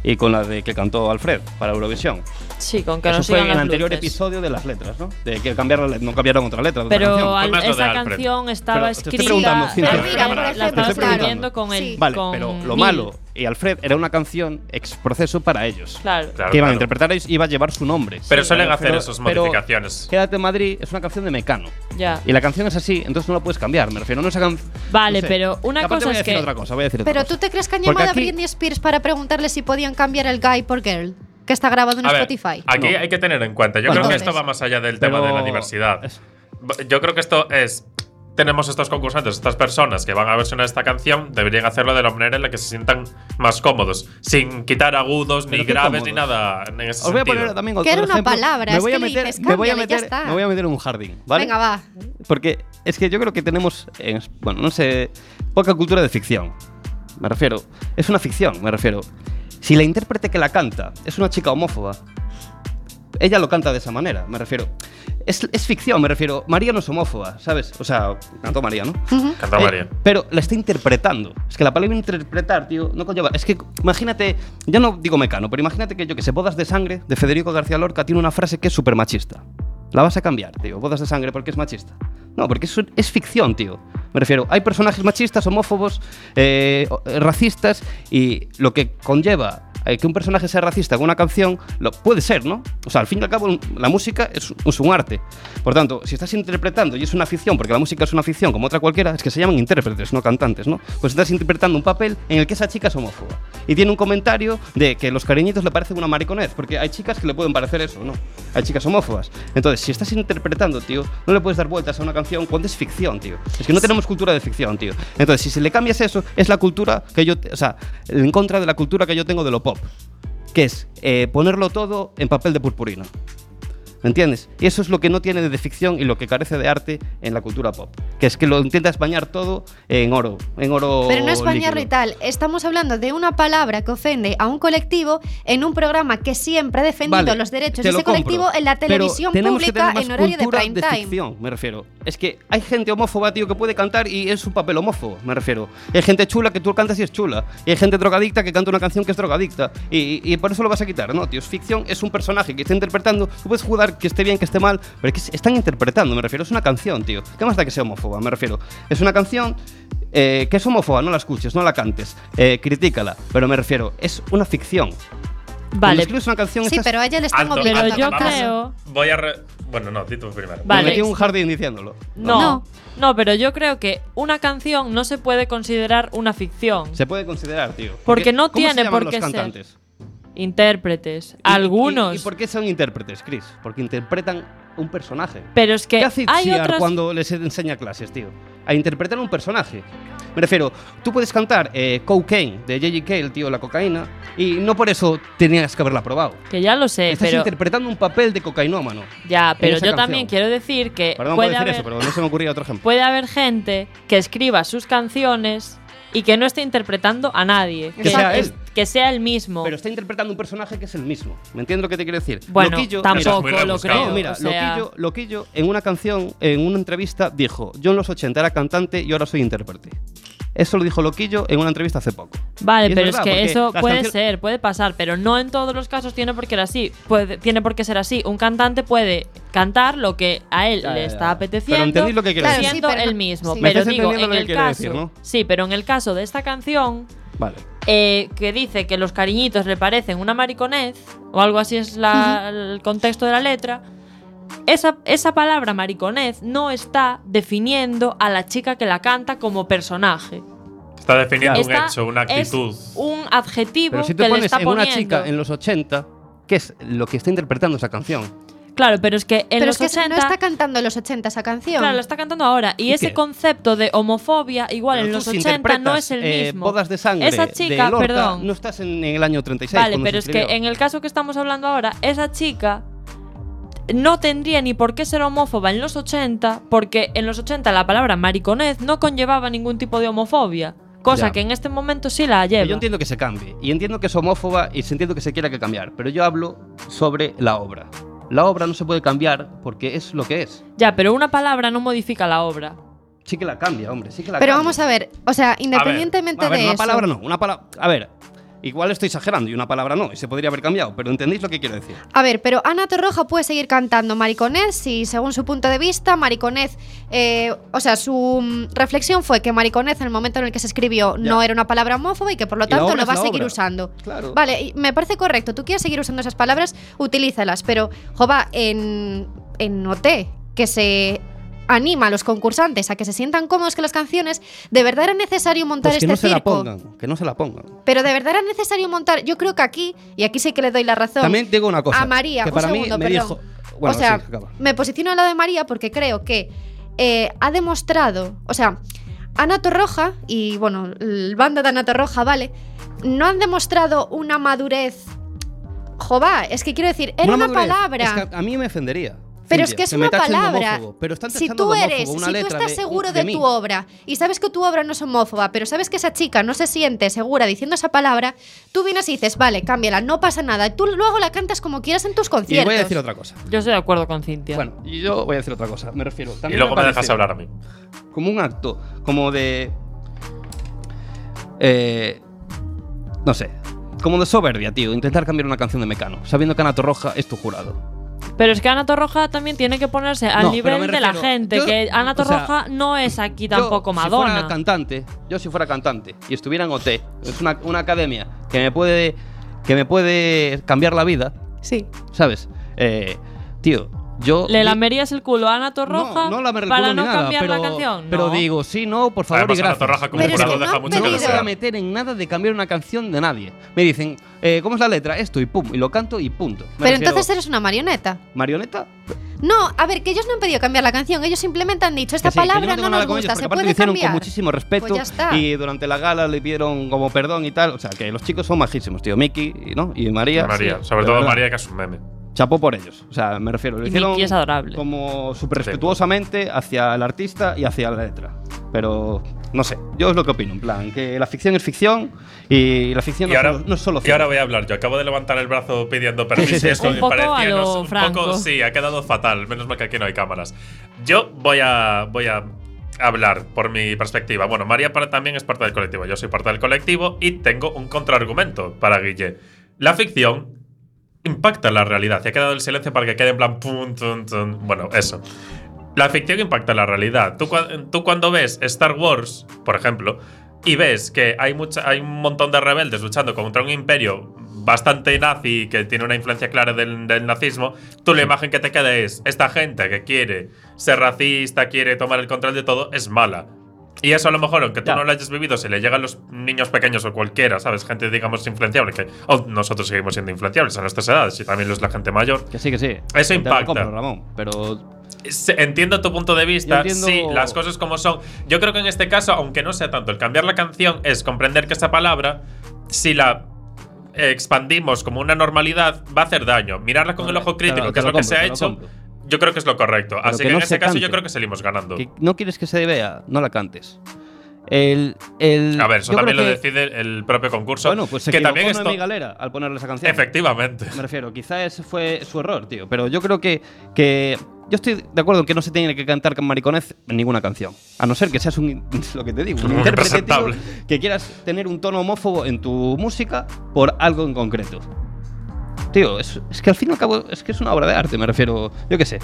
Speaker 5: y con la de que cantó Alfred para Eurovisión.
Speaker 2: Sí, con que
Speaker 5: Eso
Speaker 2: nos
Speaker 5: fue
Speaker 2: sigan
Speaker 5: en el
Speaker 2: las
Speaker 5: anterior
Speaker 2: luces.
Speaker 5: episodio de las letras, ¿no? De que cambiaron, la- no cambiaron otra letra. de otra
Speaker 2: Pero
Speaker 5: canción.
Speaker 2: al-
Speaker 3: más lo de
Speaker 2: esa
Speaker 3: Alfred.
Speaker 2: canción estaba
Speaker 5: Pero te estoy preguntando,
Speaker 2: escrita.
Speaker 5: Cintia.
Speaker 4: Pero mira, por
Speaker 2: la
Speaker 4: ejemplo,
Speaker 2: estaba
Speaker 5: claro.
Speaker 2: escribiendo con
Speaker 4: Sí.
Speaker 2: el.
Speaker 5: Vale,
Speaker 2: con
Speaker 5: pero lo
Speaker 2: Neil.
Speaker 5: malo y Alfred era una canción ex proceso para ellos.
Speaker 2: Claro.
Speaker 3: Claro,
Speaker 5: que iban a
Speaker 3: claro.
Speaker 5: interpretar ellos iba a llevar su nombre.
Speaker 3: Pero
Speaker 5: Sí.
Speaker 3: suelen hacer
Speaker 5: Pero-
Speaker 3: esas
Speaker 5: pero
Speaker 3: modificaciones.
Speaker 5: Quédate en Madrid es una canción de Mecano.
Speaker 2: Ya.
Speaker 5: Y la canción es así, entonces no la puedes cambiar. Me refiero, no es canción.
Speaker 2: Vale, pero una cosa
Speaker 5: voy a
Speaker 2: es
Speaker 5: decir
Speaker 2: que-
Speaker 5: otra cosa, voy a decir otra
Speaker 4: Pero
Speaker 5: cosa.
Speaker 4: tú te crees que han
Speaker 5: Porque
Speaker 4: llamado
Speaker 5: aquí-
Speaker 4: a Britney Spears para preguntarle si podían cambiar el guy por girl, que está grabado en
Speaker 3: A ver,
Speaker 4: Spotify.
Speaker 3: aquí
Speaker 5: No.
Speaker 3: hay que tener en cuenta. Yo
Speaker 5: Bueno,
Speaker 3: creo que
Speaker 4: entonces-
Speaker 3: esto va más allá del tema
Speaker 5: Pero-
Speaker 3: de la diversidad.
Speaker 5: es-
Speaker 3: Yo creo que esto es. Tenemos estos concursantes, estas personas que van a versionar esta canción, deberían hacerlo de la manera en la que se sientan más cómodos, sin quitar agudos, ni
Speaker 5: Pero qué
Speaker 3: graves, ni
Speaker 5: cómodos.
Speaker 3: nada en ese
Speaker 5: Os voy a
Speaker 3: sentido.
Speaker 5: poner también otro
Speaker 4: Que era una
Speaker 5: ejemplo.
Speaker 4: palabra,
Speaker 5: Me
Speaker 4: es
Speaker 5: voy
Speaker 4: que
Speaker 5: a
Speaker 4: le
Speaker 5: meter,
Speaker 4: dices,
Speaker 5: me voy a
Speaker 4: cámbiale,
Speaker 5: meter,
Speaker 4: ya está.
Speaker 5: me voy a meter en un jardín, ¿vale?
Speaker 4: Venga, va.
Speaker 5: Porque es que yo creo que tenemos, eh, bueno, no sé, poca cultura de ficción. Me refiero, es una ficción, me refiero. Si la intérprete que la canta es una chica homófoba, ella lo canta de esa manera, me refiero. Es, es ficción, me refiero. María no es homófoba, ¿sabes? O sea, cantó María, ¿no?
Speaker 3: Canta
Speaker 5: Eh,
Speaker 3: María.
Speaker 5: pero la está interpretando. Es que la palabra interpretar, tío, no conlleva. Es que imagínate, ya no digo mecano, pero imagínate que yo que sé, Bodas de Sangre de Federico García Lorca tiene una frase que es súper machista. La vas a cambiar, tío. Bodas de Sangre porque es machista. No, porque eso es ficción, tío. Me refiero, hay personajes machistas, homófobos, eh, o- eh, racistas y lo que conlleva eh, que un personaje sea racista con una canción, lo puede ser, ¿no? O sea, al fin y al cabo, un- la música es, es un arte. Por tanto, si estás interpretando, y es una afición, porque la música es una afición como otra cualquiera, es que se llaman intérpretes, no cantantes, ¿no? Pues estás interpretando un papel en el que esa chica es homófoba. Y tiene un comentario de que los cariñitos le parecen una mariconez, porque hay chicas que le pueden parecer eso, ¿no? Hay chicas homófobas. Entonces, si estás interpretando, tío, no le puedes dar vueltas a una canción cuando es ficción, tío. Es que no tenemos cultura de ficción, tío. Entonces, si se le cambias eso, es la cultura que yo, o sea, en contra de la cultura que yo tengo de lo pop que es eh, ponerlo todo en papel de purpurina. ¿Entiendes? Y eso es lo que no tiene de ficción y lo que carece de arte en la cultura pop. Que es que lo intentas bañar todo en oro. En oro
Speaker 4: Pero no es bañarlo y
Speaker 5: líquido.
Speaker 4: tal. Estamos hablando de una palabra que ofende a un colectivo en un programa que siempre ha defendido
Speaker 5: Vale,
Speaker 4: los derechos
Speaker 5: te
Speaker 4: de
Speaker 5: lo
Speaker 4: ese colectivo
Speaker 5: compro.
Speaker 4: en la
Speaker 5: Pero
Speaker 4: televisión
Speaker 5: tenemos que
Speaker 4: pública
Speaker 5: tener más
Speaker 4: en horario de
Speaker 5: cultura
Speaker 4: prime time.
Speaker 5: ficción, me refiero. Es que hay gente homófoba, tío, que puede cantar y es un papel homófobo, me refiero. Y hay gente chula que tú cantas y es chula. Y hay gente drogadicta que canta una canción que es drogadicta. Y, y por eso lo vas a quitar, ¿no, tío? Es ficción, es un personaje que está interpretando. Tú puedes jugar que esté bien, que esté mal, pero es que se- están interpretando, me refiero. Es una canción, tío. ¿Qué más da que sea homófoba, me refiero? Es una canción eh, que es homófoba, no la escuches, no la cantes. Eh, critícala, pero me refiero, es una ficción. Cuando
Speaker 2: Vale,
Speaker 5: escribes una canción
Speaker 4: Sí,
Speaker 5: estás-
Speaker 4: pero a ella le están
Speaker 3: Alto,
Speaker 4: obligando.
Speaker 3: alto,
Speaker 4: a
Speaker 2: yo
Speaker 4: cantar.
Speaker 3: vamos.
Speaker 2: creo-
Speaker 3: Voy a. re- bueno, no, di tú primero.
Speaker 5: Me
Speaker 2: Vale.
Speaker 5: metí en un jardín diciéndolo.
Speaker 2: No,
Speaker 4: No.
Speaker 2: no. pero yo creo que una canción no se puede considerar una ficción.
Speaker 5: Se puede considerar, tío.
Speaker 2: Porque no
Speaker 5: ¿cómo se
Speaker 2: tiene
Speaker 5: llaman
Speaker 2: por
Speaker 5: los
Speaker 2: qué ser.
Speaker 5: cantantes?
Speaker 2: Intérpretes,
Speaker 5: ¿Y-
Speaker 2: algunos.
Speaker 5: Y, y, por qué son intérpretes, Chris? Porque interpretan un personaje.
Speaker 2: pero es que
Speaker 5: ¿Qué hace
Speaker 2: hay
Speaker 5: Itziar
Speaker 2: otras.
Speaker 5: cuando les enseña clases, tío? A interpretar un personaje. Me refiero, tú puedes cantar eh, Cocaine de J.J. Cale, tío, la cocaína, y no por eso tenías que haberla probado.
Speaker 2: Que ya lo sé,
Speaker 5: Estás
Speaker 2: Eh, pero.
Speaker 5: interpretando un papel de cocainómano.
Speaker 2: Ya, pero yo
Speaker 5: esa
Speaker 2: también
Speaker 5: canción.
Speaker 2: quiero decir que
Speaker 5: Perdón por
Speaker 2: puede,
Speaker 5: decir
Speaker 2: haber,
Speaker 5: eso, pero no se me ocurría otro ejemplo.
Speaker 2: puede haber gente que escriba sus canciones y que no esté interpretando a nadie.
Speaker 5: Que sea él.
Speaker 2: que sea el mismo.
Speaker 5: Pero está interpretando un personaje que es el mismo. ¿Me entiendes lo que te quiero decir?
Speaker 2: bueno,
Speaker 5: Loquillo-
Speaker 2: tampoco
Speaker 3: Eso es muy
Speaker 2: lo
Speaker 3: rebuscado.
Speaker 2: creo.
Speaker 5: No, mira,
Speaker 2: o sea,
Speaker 5: Loquillo, Loquillo en una canción, en una entrevista, dijo: Yo en los 80 era cantante y ahora soy intérprete. Eso lo dijo Loquillo en una entrevista hace poco.
Speaker 2: Vale,
Speaker 5: Y es
Speaker 2: pero
Speaker 5: verdad,
Speaker 2: es que
Speaker 5: porque
Speaker 2: eso
Speaker 5: las
Speaker 2: puede
Speaker 5: canciones-
Speaker 2: ser, puede pasar, pero no en todos los casos tiene por qué ser así. Puede- tiene por qué ser así. Un cantante puede cantar lo que a él
Speaker 5: Ya,
Speaker 2: le
Speaker 5: ya,
Speaker 2: está
Speaker 5: ya.
Speaker 2: apeteciendo.
Speaker 5: Pero entendéis lo que quiero
Speaker 4: Claro, decir. sí,
Speaker 2: siendo
Speaker 4: pero no-
Speaker 2: él mismo.
Speaker 4: sí.
Speaker 5: Me
Speaker 2: Pero
Speaker 5: estás
Speaker 2: digo,
Speaker 5: entendiendo
Speaker 2: en
Speaker 5: lo que
Speaker 2: el
Speaker 5: quiero
Speaker 2: caso.
Speaker 5: decir, ¿no?
Speaker 2: Sí, pero en el caso de esta canción,
Speaker 5: Vale.
Speaker 2: eh, que dice que los cariñitos le parecen una mariconez, o algo así es la- el contexto de la letra, esa, esa palabra mariconez no está definiendo a la chica que la canta como personaje.
Speaker 3: Está definiendo un
Speaker 2: Está-
Speaker 3: hecho, una actitud.
Speaker 2: Es un adjetivo
Speaker 5: Pero si
Speaker 2: que
Speaker 5: te
Speaker 2: le
Speaker 5: pones
Speaker 2: está
Speaker 5: en
Speaker 2: poniendo.
Speaker 5: una chica en los 80, ¿qué es lo que está interpretando esa canción?
Speaker 2: Claro, pero es que en
Speaker 4: Pero
Speaker 2: los
Speaker 4: es que
Speaker 2: 80
Speaker 4: no está cantando en los 80 esa canción.
Speaker 2: Claro, la está cantando ahora. Y,
Speaker 5: ¿Y
Speaker 2: ese
Speaker 5: qué?
Speaker 2: concepto de homofobia, igual
Speaker 5: Pero
Speaker 2: en
Speaker 5: tú
Speaker 2: los
Speaker 5: si
Speaker 2: 80 no es el
Speaker 5: interpretas, eh,
Speaker 2: mismo.
Speaker 5: bodas de sangre.
Speaker 2: Esa chica,
Speaker 5: de Lorca,
Speaker 2: perdón.
Speaker 5: No estás en, en el año 36.
Speaker 2: vale,
Speaker 5: cuando se
Speaker 2: pero es que
Speaker 5: escribió.
Speaker 2: en el caso que estamos hablando ahora, esa chica no tendría ni por qué ser homófoba en los 80, porque en los 80 la palabra mariconez no conllevaba ningún tipo de homofobia. Cosa
Speaker 5: Ya.
Speaker 2: que en este momento sí la lleva.
Speaker 5: Yo entiendo que se cambie. Y entiendo que es homófoba y se entiendo que se quiera que cambiar. Pero yo hablo sobre la obra. La obra no se puede cambiar porque es lo que es.
Speaker 2: Ya, pero una palabra no modifica la obra.
Speaker 5: Sí que la cambia, hombre, sí que la
Speaker 4: Pero
Speaker 5: cambia.
Speaker 4: vamos a ver, o sea, independientemente
Speaker 5: A ver,
Speaker 4: de
Speaker 5: una
Speaker 4: eso.
Speaker 5: palabra no, una palabra. A ver, igual estoy exagerando y una palabra no, y se podría haber cambiado, pero entendéis lo que quiero decir.
Speaker 4: A ver, pero Ana Torroja puede seguir cantando Mariconez si, según su punto de vista, Mariconez. eh, o sea, su mm, reflexión fue que Mariconez, en el momento en el que se escribió,
Speaker 5: Ya.
Speaker 4: no era una palabra homófoba y que por lo
Speaker 5: Y la
Speaker 4: tanto
Speaker 5: obra
Speaker 4: lo
Speaker 5: es
Speaker 4: va a
Speaker 5: la
Speaker 4: seguir
Speaker 5: obra.
Speaker 4: usando.
Speaker 5: Claro.
Speaker 4: Vale, y me parece correcto. Tú quieres seguir usando esas palabras, utilízalas. Pero, Jova, en, en OT, que se anima a los concursantes a que se sientan cómodos con las canciones, de verdad era necesario montar
Speaker 5: Pues que
Speaker 4: este
Speaker 5: no se la
Speaker 4: circo.
Speaker 5: pongan, que no se la pongan.
Speaker 4: Pero de verdad era necesario montar. Yo creo que aquí, y aquí sí que le doy la razón.
Speaker 5: También digo una cosa.
Speaker 4: A María,
Speaker 5: que
Speaker 4: un
Speaker 5: para mí
Speaker 4: segundo,
Speaker 5: me
Speaker 4: perdón.
Speaker 5: dijo. Bueno,
Speaker 4: o sea,
Speaker 5: sí, acaba.
Speaker 4: me posiciono al lado de María porque creo que eh, ha demostrado, o sea, Ana Torroja y bueno, el banda de Ana Torroja, vale, no han demostrado una madurez. Jová, es que quiero decir, era una,
Speaker 5: madurez.
Speaker 4: palabra.
Speaker 5: Es que a mí me ofendería.
Speaker 4: Pero
Speaker 5: Cintia,
Speaker 4: es que es
Speaker 5: me
Speaker 4: una
Speaker 5: tachan de
Speaker 4: palabra.
Speaker 5: homófobo, pero están
Speaker 4: si
Speaker 5: tachando
Speaker 4: tú
Speaker 5: de homófobo
Speaker 4: eres,
Speaker 5: una
Speaker 4: si
Speaker 5: letra
Speaker 4: tú estás
Speaker 5: de-
Speaker 4: seguro
Speaker 5: de
Speaker 4: de,
Speaker 5: mí.
Speaker 4: tu obra y sabes que tu obra no es homófoba, pero sabes que esa chica no se siente segura diciendo esa palabra, tú vienes y dices, vale, cámbiala, no pasa nada. Y tú luego la cantas como quieras en tus conciertos.
Speaker 5: Y voy a decir otra cosa.
Speaker 2: Yo estoy de acuerdo con Cintia.
Speaker 5: Bueno, y yo voy a decir otra cosa. Me refiero.
Speaker 3: Y
Speaker 5: también
Speaker 3: luego me dejas
Speaker 5: parece
Speaker 3: hablar a mí.
Speaker 5: Como un acto, como de. eh, no sé. Como de soberbia, tío. Intentar cambiar una canción de Mecano, sabiendo que Ana Torroja es tu jurado.
Speaker 2: Pero es que Ana Torroja también tiene que ponerse al
Speaker 5: No, pero
Speaker 2: nivel
Speaker 5: me
Speaker 2: de la
Speaker 5: refiero-
Speaker 2: gente,
Speaker 5: yo-
Speaker 2: que Ana
Speaker 5: o sea,
Speaker 2: Torroja no es aquí tampoco
Speaker 5: yo, Si
Speaker 2: Madonna.
Speaker 5: fuera cantante, yo si fuera cantante y estuviera en OT, es una, una academia que me puede que me puede cambiar la vida,
Speaker 4: Sí.
Speaker 5: ¿sabes? Eh, tío, yo
Speaker 2: ¿Le
Speaker 5: di-
Speaker 2: lamerías el culo a Ana Torroja
Speaker 5: no, no lamerle el
Speaker 2: para
Speaker 5: culo
Speaker 2: no
Speaker 5: ni nada,
Speaker 2: cambiar
Speaker 5: pero,
Speaker 2: la canción?
Speaker 5: Pero
Speaker 2: No.
Speaker 5: digo, sí, no, por favor
Speaker 3: Además,
Speaker 5: y
Speaker 3: Ana
Speaker 5: gracias.
Speaker 3: Torraja como
Speaker 4: Pero es jurado que deja no mucho
Speaker 5: no
Speaker 4: que
Speaker 5: me voy
Speaker 4: desear.
Speaker 5: a meter en nada de cambiar una canción de nadie. Me dicen, eh, ¿cómo es la letra? Esto y pum, y lo canto y punto. Me
Speaker 4: Pero
Speaker 5: refiero,
Speaker 4: entonces eres una marioneta.
Speaker 5: marioneta.
Speaker 4: No, a ver, que ellos no han pedido cambiar la canción, ellos simplemente han dicho, esta
Speaker 5: Que sí, que yo
Speaker 4: palabra
Speaker 5: tengo
Speaker 4: no
Speaker 5: nada
Speaker 4: nos
Speaker 5: con ellos,
Speaker 4: gusta,
Speaker 5: porque
Speaker 4: se
Speaker 5: aparte lo
Speaker 4: puede
Speaker 5: hicieron
Speaker 4: cambiar.
Speaker 5: con muchísimo respeto
Speaker 4: Pues ya está.
Speaker 5: y durante la gala le pidieron como perdón y tal, o sea, que los chicos son majísimos, tío, Mickey, ¿no? Y María.
Speaker 3: María,
Speaker 5: sí,
Speaker 3: sobre
Speaker 5: de
Speaker 3: todo
Speaker 5: verdad.
Speaker 3: María, que es un meme.
Speaker 5: Chapó por ellos, o sea, me refiero, lo
Speaker 2: Y
Speaker 5: hicieron
Speaker 2: Mickey es adorable.
Speaker 5: como súper respetuosamente hacia el artista y hacia la letra. Pero no sé, yo es lo que opino, en plan, que la ficción es ficción y la ficción
Speaker 3: Y
Speaker 5: no,
Speaker 3: ahora,
Speaker 5: es solo- no es solo
Speaker 3: y ahora
Speaker 5: cine.
Speaker 3: voy a hablar. Yo acabo de levantar el brazo pidiendo permiso.
Speaker 5: (laughs) Sí, sí,
Speaker 3: y
Speaker 5: sí.
Speaker 3: esto
Speaker 2: Un
Speaker 3: me
Speaker 2: poco
Speaker 3: parecía,
Speaker 2: a lo
Speaker 3: no sé, un
Speaker 2: Franco.
Speaker 3: poco- sí, ha quedado fatal. Menos mal que aquí no hay cámaras. Yo voy a, voy a hablar por mi perspectiva. Bueno, María para- también es parte del colectivo. Yo soy parte del colectivo y tengo un contraargumento para Guille. La ficción impacta la realidad. Y ha quedado el silencio para que quede en plan. pum, tum, tum. Bueno, eso. La ficción impacta la realidad. Tú, cua- tú cuando ves Star Wars, por ejemplo, y ves que hay, mucha, hay un montón de rebeldes luchando contra un imperio bastante nazi que tiene una influencia clara del, del nazismo, tú la imagen que te queda es esta gente que quiere ser racista, quiere tomar el control de todo, es mala. Y eso a lo mejor, aunque tú
Speaker 5: Ya.
Speaker 3: no lo hayas vivido, si le llegan los niños pequeños o cualquiera, ¿sabes? Gente, digamos, influenciable, que o nosotros seguimos siendo influenciables a nuestras edades y también lo es la gente mayor.
Speaker 5: Que sí, que sí.
Speaker 3: Eso
Speaker 5: Te lo
Speaker 3: impacta.
Speaker 5: compro, Ramón, pero
Speaker 3: Se- Entiendo tu punto de vista,
Speaker 5: Yo entiendo-
Speaker 3: sí, las cosas como son. Yo creo que en este caso, aunque no sea tanto el cambiar la canción, es comprender que esa palabra, si la eh, expandimos como una normalidad, va a hacer daño. Mirarla con el ojo crítico, que
Speaker 5: Claro, te
Speaker 3: es
Speaker 5: lo
Speaker 3: lo que se ha
Speaker 5: compro, te lo
Speaker 3: hecho,
Speaker 5: compro.
Speaker 3: yo creo que es lo correcto. Así
Speaker 5: que
Speaker 3: que,
Speaker 5: no
Speaker 3: en
Speaker 5: se
Speaker 3: este caso yo
Speaker 5: cante.
Speaker 3: creo que salimos ganando.
Speaker 5: que no quieres que se vea, no la cantes. El, el,
Speaker 3: A ver, eso
Speaker 5: yo creo
Speaker 3: también lo
Speaker 5: que-
Speaker 3: decide el propio concurso.
Speaker 5: Bueno, pues se
Speaker 3: que
Speaker 5: equivocó
Speaker 3: también
Speaker 5: Noemi
Speaker 3: esto.
Speaker 5: Galera al ponerle esa canción.
Speaker 3: Efectivamente.
Speaker 5: Me refiero, quizá ese fue su error, tío. Pero yo creo que, que. Yo estoy de acuerdo en que no se tiene que cantar con maricones en ninguna canción. A no ser que seas un. (laughs) Lo que te digo, un
Speaker 3: Un
Speaker 5: intérprete tío,
Speaker 3: impresentable.
Speaker 5: que quieras tener un tono homófobo en tu música por algo en concreto. Tío, es, es que al fin y al cabo es que es una obra de arte, me refiero. Yo qué sé.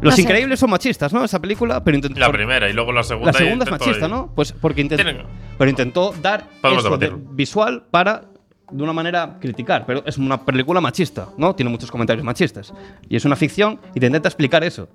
Speaker 5: Los
Speaker 4: No sé.
Speaker 5: increíbles son machistas, ¿no? Esa película, pero
Speaker 3: (laughs)
Speaker 5: intentó.
Speaker 3: La primera y luego la segunda.
Speaker 5: La segunda
Speaker 3: y
Speaker 5: es
Speaker 3: intento
Speaker 5: machista,
Speaker 3: de-
Speaker 5: ¿no? Pues porque intentó.
Speaker 3: Tienen-
Speaker 5: Pero intentó dar
Speaker 3: Podemos
Speaker 5: eso de
Speaker 3: debatirlo.
Speaker 5: visual para de una manera criticar, pero es una película machista, ¿no? Tiene muchos comentarios machistas y es una ficción y te intenta explicar eso.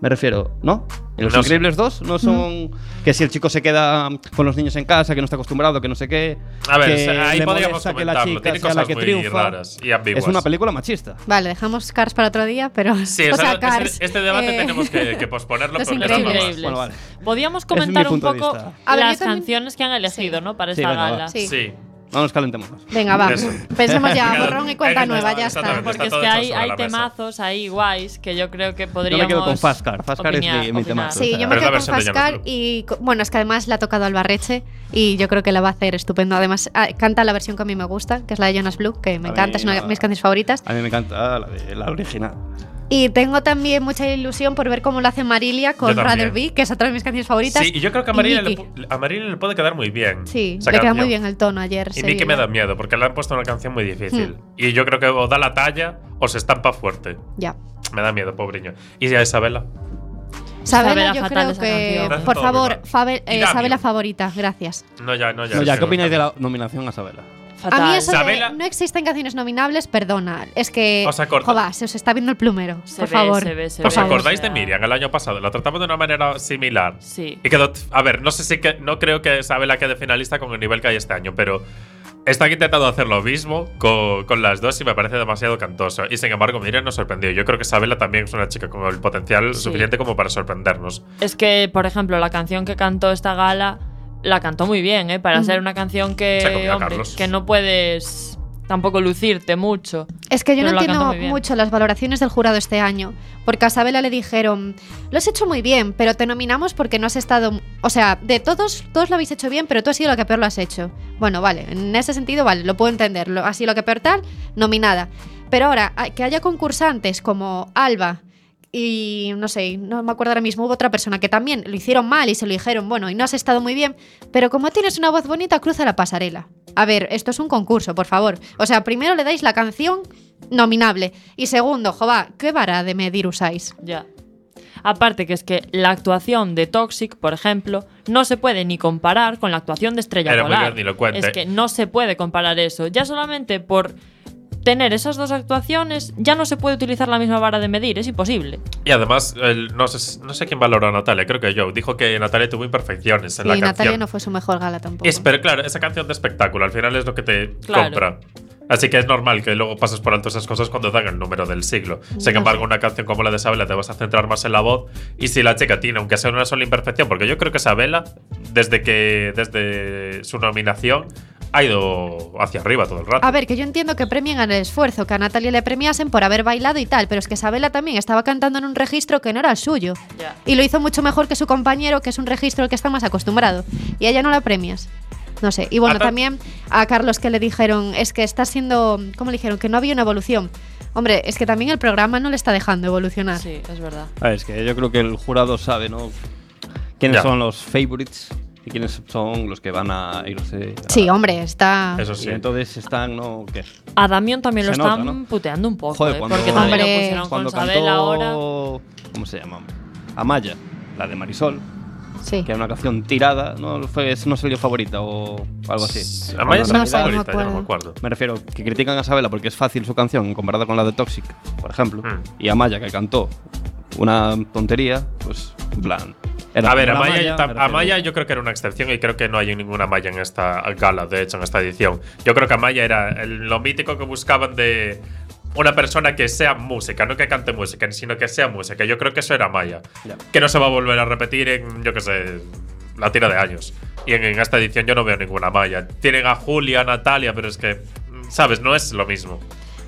Speaker 5: Me refiero, ¿no? En Los
Speaker 3: No sé.
Speaker 5: Increíbles 2 no son que si el chico se queda con los niños en casa, que no está acostumbrado, que no sé qué.
Speaker 3: A ver,
Speaker 5: que
Speaker 3: ahí
Speaker 5: le
Speaker 3: podríamos
Speaker 5: molesta que
Speaker 3: comentarlo. Tiene
Speaker 5: sea
Speaker 3: cosas muy raras y ambiguas.
Speaker 5: Es una película machista.
Speaker 4: Vale, dejamos Cars para otro día, pero...
Speaker 3: Sí,
Speaker 4: (laughs) o
Speaker 3: esa-
Speaker 4: sea,
Speaker 3: ese-
Speaker 4: Pues Cars,
Speaker 3: este debate
Speaker 4: eh,
Speaker 3: tenemos que, que posponerlo
Speaker 4: Los
Speaker 3: porque
Speaker 4: Increíbles.
Speaker 3: no es
Speaker 2: Increíbles.
Speaker 3: normal.
Speaker 5: Bueno, vale.
Speaker 2: Podíamos
Speaker 5: mi
Speaker 2: comentar un
Speaker 5: punto de
Speaker 2: poco
Speaker 5: vista.
Speaker 4: A ver, yo
Speaker 2: las
Speaker 4: también-
Speaker 2: canciones que han elegido,
Speaker 4: Sí.
Speaker 2: ¿no? Para
Speaker 5: Sí,
Speaker 2: esta
Speaker 5: venga, va.
Speaker 2: gala.
Speaker 4: Sí.
Speaker 3: Sí.
Speaker 5: No nos calentemos más.
Speaker 4: (laughs) Venga, va.
Speaker 3: Eso.
Speaker 4: Pensemos ya,
Speaker 3: Venga,
Speaker 4: borrón y cuenta
Speaker 3: venga,
Speaker 4: nueva, ya está.
Speaker 3: exactamente.
Speaker 2: Porque
Speaker 3: Está
Speaker 2: es
Speaker 3: todo
Speaker 2: que
Speaker 3: hecho
Speaker 2: hay,
Speaker 3: sobre
Speaker 2: hay
Speaker 3: la mesa.
Speaker 2: temazos ahí guays que yo creo que podríamos.
Speaker 5: quedo con Fazcar. Fazcar es
Speaker 2: opinar-
Speaker 5: mi- mi
Speaker 2: opinar.
Speaker 5: temazo.
Speaker 4: Sí, yo me
Speaker 3: Pero
Speaker 4: quedo
Speaker 3: la
Speaker 4: con
Speaker 3: versión de
Speaker 4: Pascal
Speaker 3: Llano Club.
Speaker 4: y co- bueno, es que además la ha tocado Albarreche y yo creo que la va a hacer estupendo. Además, ah, canta la versión que a mí me gusta, que es la de Jonas Blue, que me
Speaker 5: A mí
Speaker 4: encanta, es una de
Speaker 5: nada.
Speaker 4: mis canciones favoritas.
Speaker 5: A mí me encanta la, de- la original.
Speaker 4: Y tengo también mucha ilusión por ver cómo lo hace Marilia con
Speaker 3: Yo también.
Speaker 4: Rather Be, que es otra de mis canciones favoritas.
Speaker 3: Sí, y yo creo que a Marilia, le,
Speaker 4: Nicki.
Speaker 3: pu- a Marilia le puede quedar muy bien.
Speaker 4: Sí,
Speaker 3: esa
Speaker 4: le queda
Speaker 3: canción.
Speaker 4: muy bien el tono ayer.
Speaker 3: Y
Speaker 4: se
Speaker 3: Nicki me
Speaker 4: vio.
Speaker 3: da miedo porque le han puesto una canción muy difícil.
Speaker 4: Hmm.
Speaker 3: Y yo creo que o da la talla o se estampa fuerte.
Speaker 4: Ya.
Speaker 3: Me da miedo, pobreño. Y a Isabela.
Speaker 4: Sabela,
Speaker 2: Sabela
Speaker 4: yo
Speaker 2: fatal
Speaker 4: creo
Speaker 2: esa
Speaker 4: que.
Speaker 3: canción.
Speaker 4: Por
Speaker 3: Todo
Speaker 4: favor,
Speaker 3: mal.
Speaker 4: Fabe-
Speaker 3: Y
Speaker 4: eh,
Speaker 3: Damio.
Speaker 4: Sabela favorita, gracias.
Speaker 3: No, ya, no, ya.
Speaker 5: No, ya,
Speaker 3: sí,
Speaker 5: ¿qué opináis
Speaker 3: no.
Speaker 5: de la nominación a Sabela?
Speaker 2: Fatal.
Speaker 4: A mí eso
Speaker 3: Sabela-
Speaker 4: de no existen canciones nominables, perdona. Es que.
Speaker 3: Os acorda-
Speaker 4: jova, se os está viendo el plumero.
Speaker 2: Se
Speaker 4: por
Speaker 2: ve,
Speaker 4: favor.
Speaker 2: se ve, se
Speaker 4: por
Speaker 3: ¿Os
Speaker 2: ve.
Speaker 4: favor.
Speaker 3: acordáis
Speaker 2: o sea-
Speaker 3: de Miriam el año pasado? La tratamos de una manera similar.
Speaker 2: Sí.
Speaker 3: Y quedó. A ver, no sé si que. No creo que Isabela quede finalista con el nivel que hay este año, pero. Están intentando hacer lo mismo con, con las dos y me parece demasiado cantoso. Y sin embargo, Miriam nos sorprendió. Yo creo que Isabela también es una chica con el potencial
Speaker 2: Sí.
Speaker 3: suficiente como para sorprendernos.
Speaker 2: Es que, por ejemplo, la canción que cantó esta gala la cantó muy bien, ¿eh? Para
Speaker 4: Ujú.
Speaker 2: ser una canción
Speaker 3: Se ha comido
Speaker 2: que,
Speaker 3: a
Speaker 2: hombre,
Speaker 3: Carlos.
Speaker 2: que no puedes tampoco lucirte mucho.
Speaker 4: Es que yo
Speaker 2: Pero
Speaker 4: no
Speaker 2: la canta
Speaker 4: entiendo
Speaker 2: muy bien.
Speaker 4: mucho las valoraciones del jurado este año, porque a Sabela le dijeron, lo has hecho muy bien, pero te nominamos porque no has estado, o sea, de todos, todos lo habéis hecho bien, pero tú has sido lo que peor lo has hecho. Bueno, vale, en ese sentido, vale, lo puedo entender, lo, has sido lo que peor tal, nominada. Pero ahora, a- que haya concursantes como Alba y, no sé, no me acuerdo ahora mismo, hubo otra persona que también lo hicieron mal y se lo dijeron, bueno, y no has estado muy bien, pero como tienes una voz bonita, cruza la pasarela. A ver, esto es un concurso, por favor. O sea, primero le dais la canción nominable. Y segundo, jova, ¿qué vara de medir usáis?
Speaker 2: Ya. Aparte que es que la actuación de Toxic, por ejemplo, no se puede ni comparar con la actuación de Estrella
Speaker 3: Era muy
Speaker 2: Polar.
Speaker 3: grandilocuente.
Speaker 2: Es que no se puede comparar eso. Ya solamente por tener esas dos actuaciones ya no se puede utilizar la misma vara de medir, es imposible.
Speaker 3: Y además, el- no, sé, no sé quién valoró a Natalia, creo que yo. Dijo que Natalia tuvo imperfecciones en
Speaker 4: Y
Speaker 3: la
Speaker 4: Natalia
Speaker 3: canción.
Speaker 4: no fue su mejor gala tampoco.
Speaker 3: Es- pero claro, esa canción de espectáculo al final es lo que te
Speaker 2: Claro.
Speaker 3: compra. Así que es normal que luego pases por alto esas cosas cuando dan el número del siglo. Sin
Speaker 4: No
Speaker 3: embargo,
Speaker 4: sé.
Speaker 3: una canción como la de Sabela te vas a centrar más en la voz. Y si la chica tiene, aunque sea una sola imperfección, porque yo creo que Sabela, desde que desde su nominación, ha ido hacia arriba todo el rato.
Speaker 4: A ver, que yo entiendo que premien el esfuerzo, que a Natalia le premiasen por haber bailado y tal, pero es que Isabela también estaba cantando en un registro que no era el suyo.
Speaker 2: Ya.
Speaker 4: Y lo hizo mucho mejor que su compañero, que es un registro al que está más acostumbrado. Y a ella no la premias. No sé. Y bueno,
Speaker 3: Ata-
Speaker 4: también a Carlos que le dijeron, es que está siendo, ¿cómo le dijeron? Que no había una evolución. Hombre, es que también el programa no le está dejando evolucionar.
Speaker 2: Ah, Sí, es verdad.
Speaker 5: A ver, es que yo creo que el jurado sabe, ¿no? Quiénes
Speaker 3: Ya.
Speaker 5: son los favorites y quiénes son los que van a irse. a-
Speaker 4: Sí, hombre, está...
Speaker 3: Eso
Speaker 5: Y
Speaker 3: sí.
Speaker 5: entonces están, ¿no? ¿Qué?
Speaker 2: A Damián también lo
Speaker 5: Se
Speaker 2: están
Speaker 5: nota, ¿no?
Speaker 2: puteando un poco,
Speaker 5: Joder,
Speaker 2: ¿eh?
Speaker 5: cuando-
Speaker 2: porque también
Speaker 4: Hombre.
Speaker 2: lo pusieron
Speaker 5: Cuando
Speaker 2: con Sabela ahora.
Speaker 5: cantó. ¿Cómo se llama? Amaya, la de Marisol,
Speaker 4: Sí.
Speaker 5: que era una canción tirada, ¿no? Fue, no salió favorita o algo así.
Speaker 3: Amaya es
Speaker 5: Cuando en
Speaker 3: mi
Speaker 4: sé, pues,
Speaker 5: realidad-
Speaker 4: no me
Speaker 3: favorita, yo no me acuerdo.
Speaker 5: Me refiero que critican a Sabela porque es fácil su canción comparada con la de Toxic, por ejemplo.
Speaker 3: Mm.
Speaker 5: Y Amaya, que cantó una tontería, pues, en plan. era
Speaker 3: a ver,
Speaker 5: una
Speaker 3: Amaya,
Speaker 5: me
Speaker 3: tam-
Speaker 5: refiero.
Speaker 3: Amaya yo creo que era una excepción y creo que no hay ninguna Amaya en esta gala, de hecho, en esta edición. Yo creo que Amaya era el- lo mítico que buscaban de una persona que sea música, no que cante música, sino que sea música. Yo creo que eso era Amaya.
Speaker 5: Ya.
Speaker 3: Que no se va a volver a repetir en, yo qué sé, la tira de años. Y en, en esta edición yo no veo ninguna Amaya. Tienen a Julia, a Natalia, pero es que, mm, ¿sabes? No es lo mismo.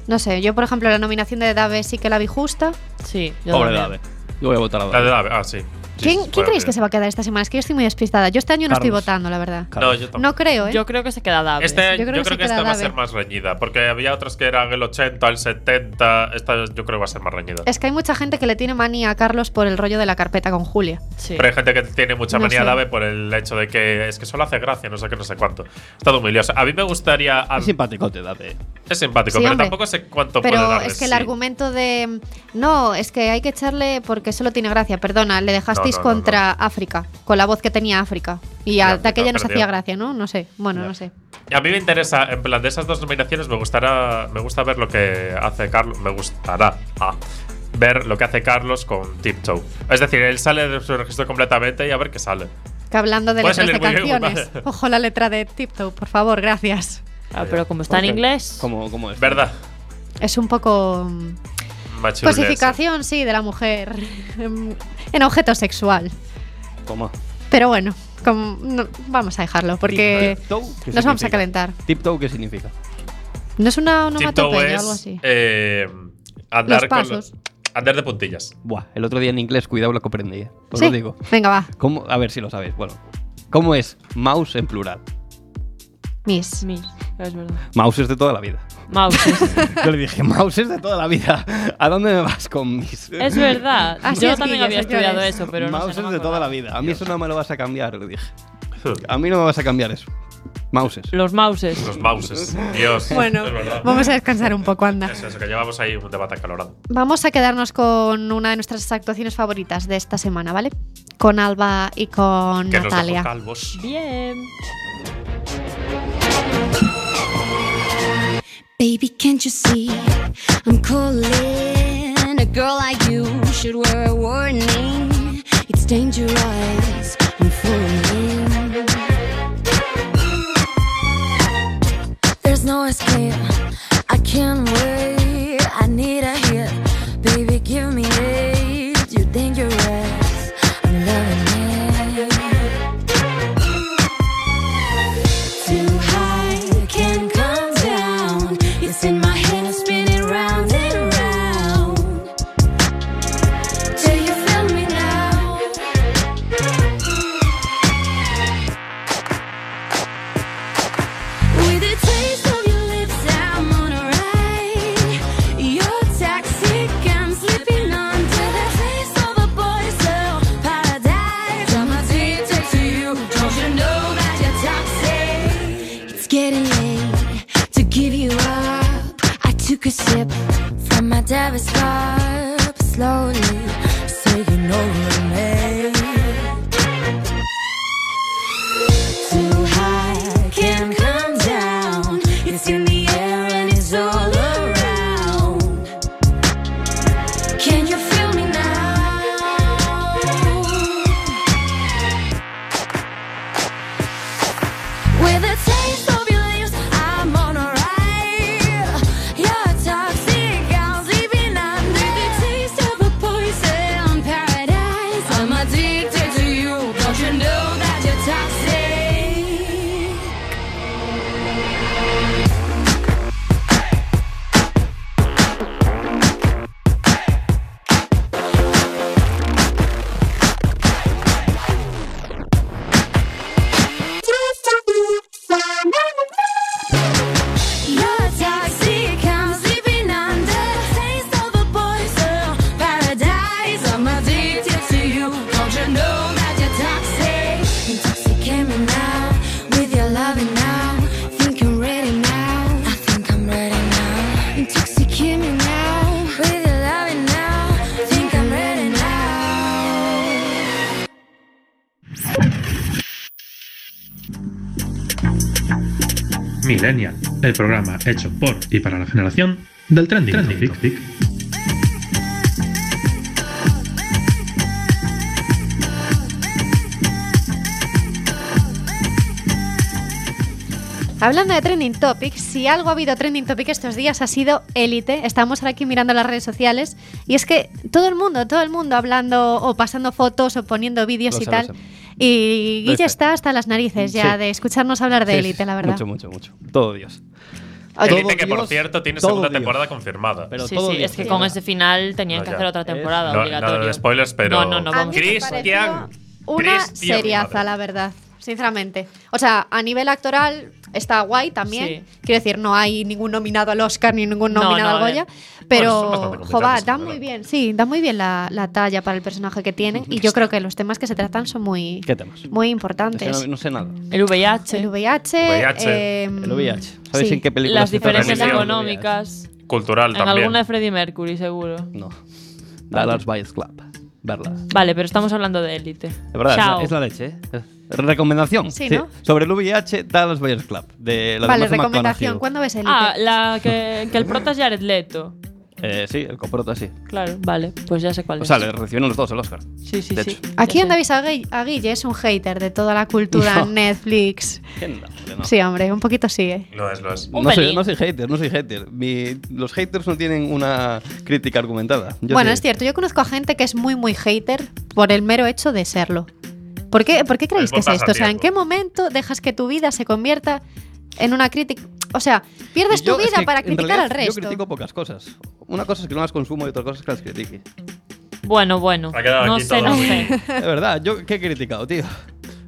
Speaker 4: No sé, yo por ejemplo la nominación de Dave sí que la vi justa.
Speaker 2: Sí, yo
Speaker 5: Pobre Dave.
Speaker 2: también.
Speaker 5: Yo voy a votar a
Speaker 3: La
Speaker 5: Dave.
Speaker 3: de Dave- ah, sí.
Speaker 4: ¿Quién,
Speaker 3: Sí,
Speaker 4: quién creéis que se
Speaker 3: bueno,
Speaker 4: va a quedar esta semana? Es que yo estoy muy despistada. Yo este año no estoy
Speaker 5: Carlos.
Speaker 4: votando, la verdad.
Speaker 5: Carlos.
Speaker 3: No, yo tampoco.
Speaker 4: No creo, ¿eh?
Speaker 2: Yo creo que se queda Dave.
Speaker 3: Este, yo creo que,
Speaker 4: se
Speaker 3: esta
Speaker 4: queda
Speaker 3: va a ser
Speaker 4: Dave.
Speaker 3: más reñida, porque había otras que eran el 80, el 70. Esta yo creo que va a ser más reñida.
Speaker 4: Es que hay mucha gente que le tiene manía a Carlos por el rollo de la carpeta con Julia.
Speaker 2: Sí.
Speaker 3: Pero hay gente que tiene mucha
Speaker 4: No
Speaker 3: manía
Speaker 4: sé.
Speaker 3: a Dave por el hecho de que es que solo hace gracia, no sé qué, no sé cuánto. Está todo muy lioso. A mí me gustaría. a-
Speaker 5: Es simpaticote, Dave.
Speaker 3: es simpático,
Speaker 4: Sí,
Speaker 3: pero
Speaker 4: hombre.
Speaker 3: tampoco sé cuánto puede
Speaker 4: Pero
Speaker 3: darle,
Speaker 4: es que el
Speaker 3: sí.
Speaker 4: argumento de. No, es que hay que echarle porque solo tiene gracia. Perdona, le dejasteis
Speaker 3: No, no, no,
Speaker 4: contra África, con la voz que tenía África. Y
Speaker 3: Ya,
Speaker 4: a, de aquella
Speaker 3: África
Speaker 4: nos
Speaker 3: perdió.
Speaker 4: hacía gracia, ¿no? No sé. Bueno,
Speaker 5: Ya.
Speaker 4: no sé.
Speaker 3: A mí me interesa, en plan, de esas dos nominaciones me gustará. Me gusta ver lo que hace Carlos. Me gustará. ah, ver lo que hace Carlos con Tiptoe. Es decir, él sale de su registro completamente y a ver qué sale.
Speaker 4: Que hablando de
Speaker 3: Puede
Speaker 4: letras de
Speaker 3: salir muy bien, muy
Speaker 4: canciones.
Speaker 3: mal.
Speaker 4: Ojo la letra de Tiptoe, por favor, gracias.
Speaker 2: Ah, pero como está en
Speaker 5: Ok.
Speaker 2: inglés.
Speaker 5: ¿Cómo, cómo es?
Speaker 3: ¿Verdad?
Speaker 4: Es un poco. mm,
Speaker 3: Machirulés.
Speaker 4: Cosificación, sí, de la mujer (laughs) em, en objeto sexual.
Speaker 5: Toma.
Speaker 4: Pero bueno, como- no- vamos a dejarlo porque
Speaker 3: eh,
Speaker 5: Tiptoe, ¿qué
Speaker 4: nos vamos
Speaker 5: significa?
Speaker 4: a calentar.
Speaker 5: Tiptoe, ¿qué significa?
Speaker 4: No es una
Speaker 3: Tiptoe
Speaker 4: onomatopeya
Speaker 3: es
Speaker 4: o algo así.
Speaker 3: eh, andar,
Speaker 4: Los
Speaker 3: con
Speaker 4: pasos.
Speaker 3: andar de
Speaker 2: (laughs)
Speaker 3: puntillas.
Speaker 5: Buah, el otro día en inglés, cuidado lo que aprendí, eh. Os
Speaker 4: ¿Sí?
Speaker 5: lo digo.
Speaker 4: Venga, va,
Speaker 5: ¿Cómo? A ver si lo sabéis. Bueno, ¿cómo es mouse en plural?
Speaker 4: Miss.
Speaker 2: Sí, es verdad.
Speaker 5: (laughs) Mouse es de toda la vida.
Speaker 2: Mouses.
Speaker 5: Yo le dije, Mouse es de toda la vida. ¿A dónde me vas con mis.?
Speaker 2: es verdad.
Speaker 4: Así
Speaker 2: Yo
Speaker 4: Ah, es,
Speaker 2: también
Speaker 4: Guille,
Speaker 2: había estudiado
Speaker 4: señores.
Speaker 2: eso, pero
Speaker 5: (laughs)
Speaker 2: no
Speaker 5: Mouse
Speaker 2: sé, no
Speaker 5: es
Speaker 2: me
Speaker 5: de toda la
Speaker 2: acordaba.
Speaker 5: vida. A mí eso no me lo vas a cambiar, le dije. A mí no me vas a cambiar eso. Mouses.
Speaker 2: Los mouses.
Speaker 3: Los mouses. Dios.
Speaker 4: (laughs) Bueno,
Speaker 3: es verdad.
Speaker 4: vamos a descansar un poco, anda.
Speaker 3: Es eso, que llevamos ahí un debate acalorado.
Speaker 4: Vamos a quedarnos con una de nuestras actuaciones favoritas de esta semana, ¿vale? Con Alba y con
Speaker 3: Que nos dejó
Speaker 4: Natalia.
Speaker 3: calvos.
Speaker 2: Bien.
Speaker 8: Baby, can't you see? I'm calling. A girl like you should wear a warning. It's dangerous. I'm falling. There's no escape. I can't wait. I need a hit. Baby, give me it. You're dangerous. I'm loving it. Too high, can't come down. It's in my head, I'm spinning round and round. Do you feel me now? With the taste of your lips, I'm on a ride. You're toxic, I'm slipping onto the face of a boy's love paradise. I'm addicted to you, don't you know that you're toxic? It's getting late to give you up. I took a sip from my devil's cup slowly, so you know me. Too high, can't come down. It's in the air and it's all around. Can you feel me now? With the taste of your lips, I'm on a ride. You're toxic, I'm sleeping under the taste of a poison paradise. I'm addicted to you, don't you know that you're toxic? You're toxic, I'm sleeping under taste of a poison paradise. I'm addicted to you. Don't you know that you're toxic? Intoxicate me now with your loving now. Think I'm ready now. I think I'm ready now. Intoxicate me now with your loving now. Think I'm ready now.
Speaker 10: Millennial, el programa hecho por y para la generación del trending. topic.
Speaker 4: Hablando de trending topic, si algo ha habido trending topic estos días ha sido élite. Estamos ahora aquí mirando las redes sociales y es que todo el mundo, todo el mundo hablando o pasando fotos o poniendo vídeos
Speaker 5: Lo
Speaker 4: y
Speaker 5: sé,
Speaker 4: tal.
Speaker 5: lo sé.
Speaker 4: Y
Speaker 5: Lo
Speaker 4: Guille
Speaker 5: sé.
Speaker 4: está hasta las narices ya
Speaker 5: Sí.
Speaker 4: de escucharnos hablar de
Speaker 5: Sí,
Speaker 4: élite,
Speaker 5: sí,
Speaker 4: la verdad.
Speaker 5: Mucho, mucho, mucho. Todo Dios.
Speaker 4: Oye,
Speaker 5: Todo
Speaker 3: Elite, E que por
Speaker 5: Dios,
Speaker 3: cierto tiene
Speaker 5: todo
Speaker 3: segunda
Speaker 5: Dios.
Speaker 3: temporada confirmada.
Speaker 5: Pero
Speaker 2: Sí,
Speaker 5: todo
Speaker 2: sí,
Speaker 5: Dios.
Speaker 2: es que con ese final tenían
Speaker 3: No,
Speaker 2: que
Speaker 3: ya.
Speaker 2: hacer otra temporada
Speaker 3: No, no,
Speaker 2: obligatoria.
Speaker 3: no, spoilers, pero-
Speaker 2: No, no, no,
Speaker 3: A
Speaker 2: vamos.
Speaker 3: mí- Cristian,
Speaker 4: Una
Speaker 3: Cristian.
Speaker 4: seriaza, la verdad, sinceramente. O sea, a nivel actoral está guay también.
Speaker 2: Sí.
Speaker 4: Quiero decir, no hay ningún nominado al Oscar ni ningún
Speaker 2: No,
Speaker 4: nominado
Speaker 2: no,
Speaker 4: al
Speaker 2: a ver.
Speaker 4: Goya.
Speaker 3: eh. Bueno, son
Speaker 4: Pero,
Speaker 3: bastante
Speaker 4: jova,
Speaker 3: competentes,
Speaker 4: da
Speaker 3: la
Speaker 4: muy
Speaker 3: verdad.
Speaker 4: bien, sí, da muy bien la, la talla para el personaje
Speaker 3: (laughs)
Speaker 4: que tiene. Y yo creo que los temas que se tratan son muy,
Speaker 5: ¿Qué temas?
Speaker 4: muy
Speaker 5: Es que
Speaker 4: importantes.
Speaker 5: no, no sé nada.
Speaker 2: El VIH,
Speaker 4: El VIH.
Speaker 3: VIH,
Speaker 4: em,
Speaker 5: El VIH. ¿Sabéis
Speaker 4: sí.
Speaker 5: en qué película
Speaker 2: las
Speaker 5: se trata?
Speaker 2: diferencias
Speaker 3: Religión.
Speaker 2: económicas.
Speaker 3: Cultural
Speaker 2: En
Speaker 3: también.
Speaker 2: alguna de Freddie Mercury, seguro.
Speaker 5: No. Dallas Buyers Club. Verla.
Speaker 2: Vale, pero estamos hablando de élite.
Speaker 5: De verdad, es
Speaker 2: Chao.
Speaker 5: la- es la leche. ¿eh? Recomendación.
Speaker 4: Sí, ¿no?
Speaker 5: Sobre el VIH, Dallas Buyers Club. De la de
Speaker 4: Vale,
Speaker 5: Matthew
Speaker 4: recomendación.
Speaker 5: McConaughey.
Speaker 4: ¿Cuándo ves el
Speaker 2: Ah, la que, que el prota es Jared Leto.
Speaker 5: Eh, sí, el coprota sí.
Speaker 2: Claro, vale, pues ya sé cuál
Speaker 5: O
Speaker 2: es.
Speaker 5: sea, le recibieron los dos el Oscar.
Speaker 2: sí, sí,
Speaker 5: de
Speaker 2: sí.
Speaker 5: hecho.
Speaker 2: ya
Speaker 4: Aquí
Speaker 2: sé.
Speaker 4: donde veis a Gui- a Guille es un hater de toda la cultura
Speaker 5: (laughs) No.
Speaker 4: Netflix.
Speaker 5: ¿Qué no, hombre, no.
Speaker 4: Sí, hombre, un poquito sí, ¿eh?
Speaker 3: Lo es, lo es.
Speaker 2: Un
Speaker 5: No soy,
Speaker 2: pelín.
Speaker 5: no soy hater, no soy hater. Mi- los haters no tienen una crítica argumentada. Yo
Speaker 4: bueno,
Speaker 5: sí.
Speaker 4: es cierto, yo conozco a gente que es muy, muy hater por el mero hecho de serlo. ¿Por qué, por qué creéis
Speaker 3: buen
Speaker 4: que es esto? O sea, ¿en
Speaker 3: pasatiempo.
Speaker 4: qué momento dejas que tu vida se convierta en una crítica? O sea, pierdes
Speaker 5: Y yo-
Speaker 4: tu
Speaker 5: es
Speaker 4: vida
Speaker 5: que,
Speaker 4: para
Speaker 5: en
Speaker 4: criticar
Speaker 5: realidad,
Speaker 4: al resto.
Speaker 5: Yo critico pocas cosas. Una cosa es que no las consumo y otra cosa es que las
Speaker 4: (laughs)
Speaker 5: critique.
Speaker 2: Bueno, bueno.
Speaker 3: Ha quedado
Speaker 2: No
Speaker 3: aquí
Speaker 2: sé,
Speaker 3: todo
Speaker 2: no
Speaker 3: muy-
Speaker 2: sé.
Speaker 5: De verdad, ¿yo qué he criticado, tío?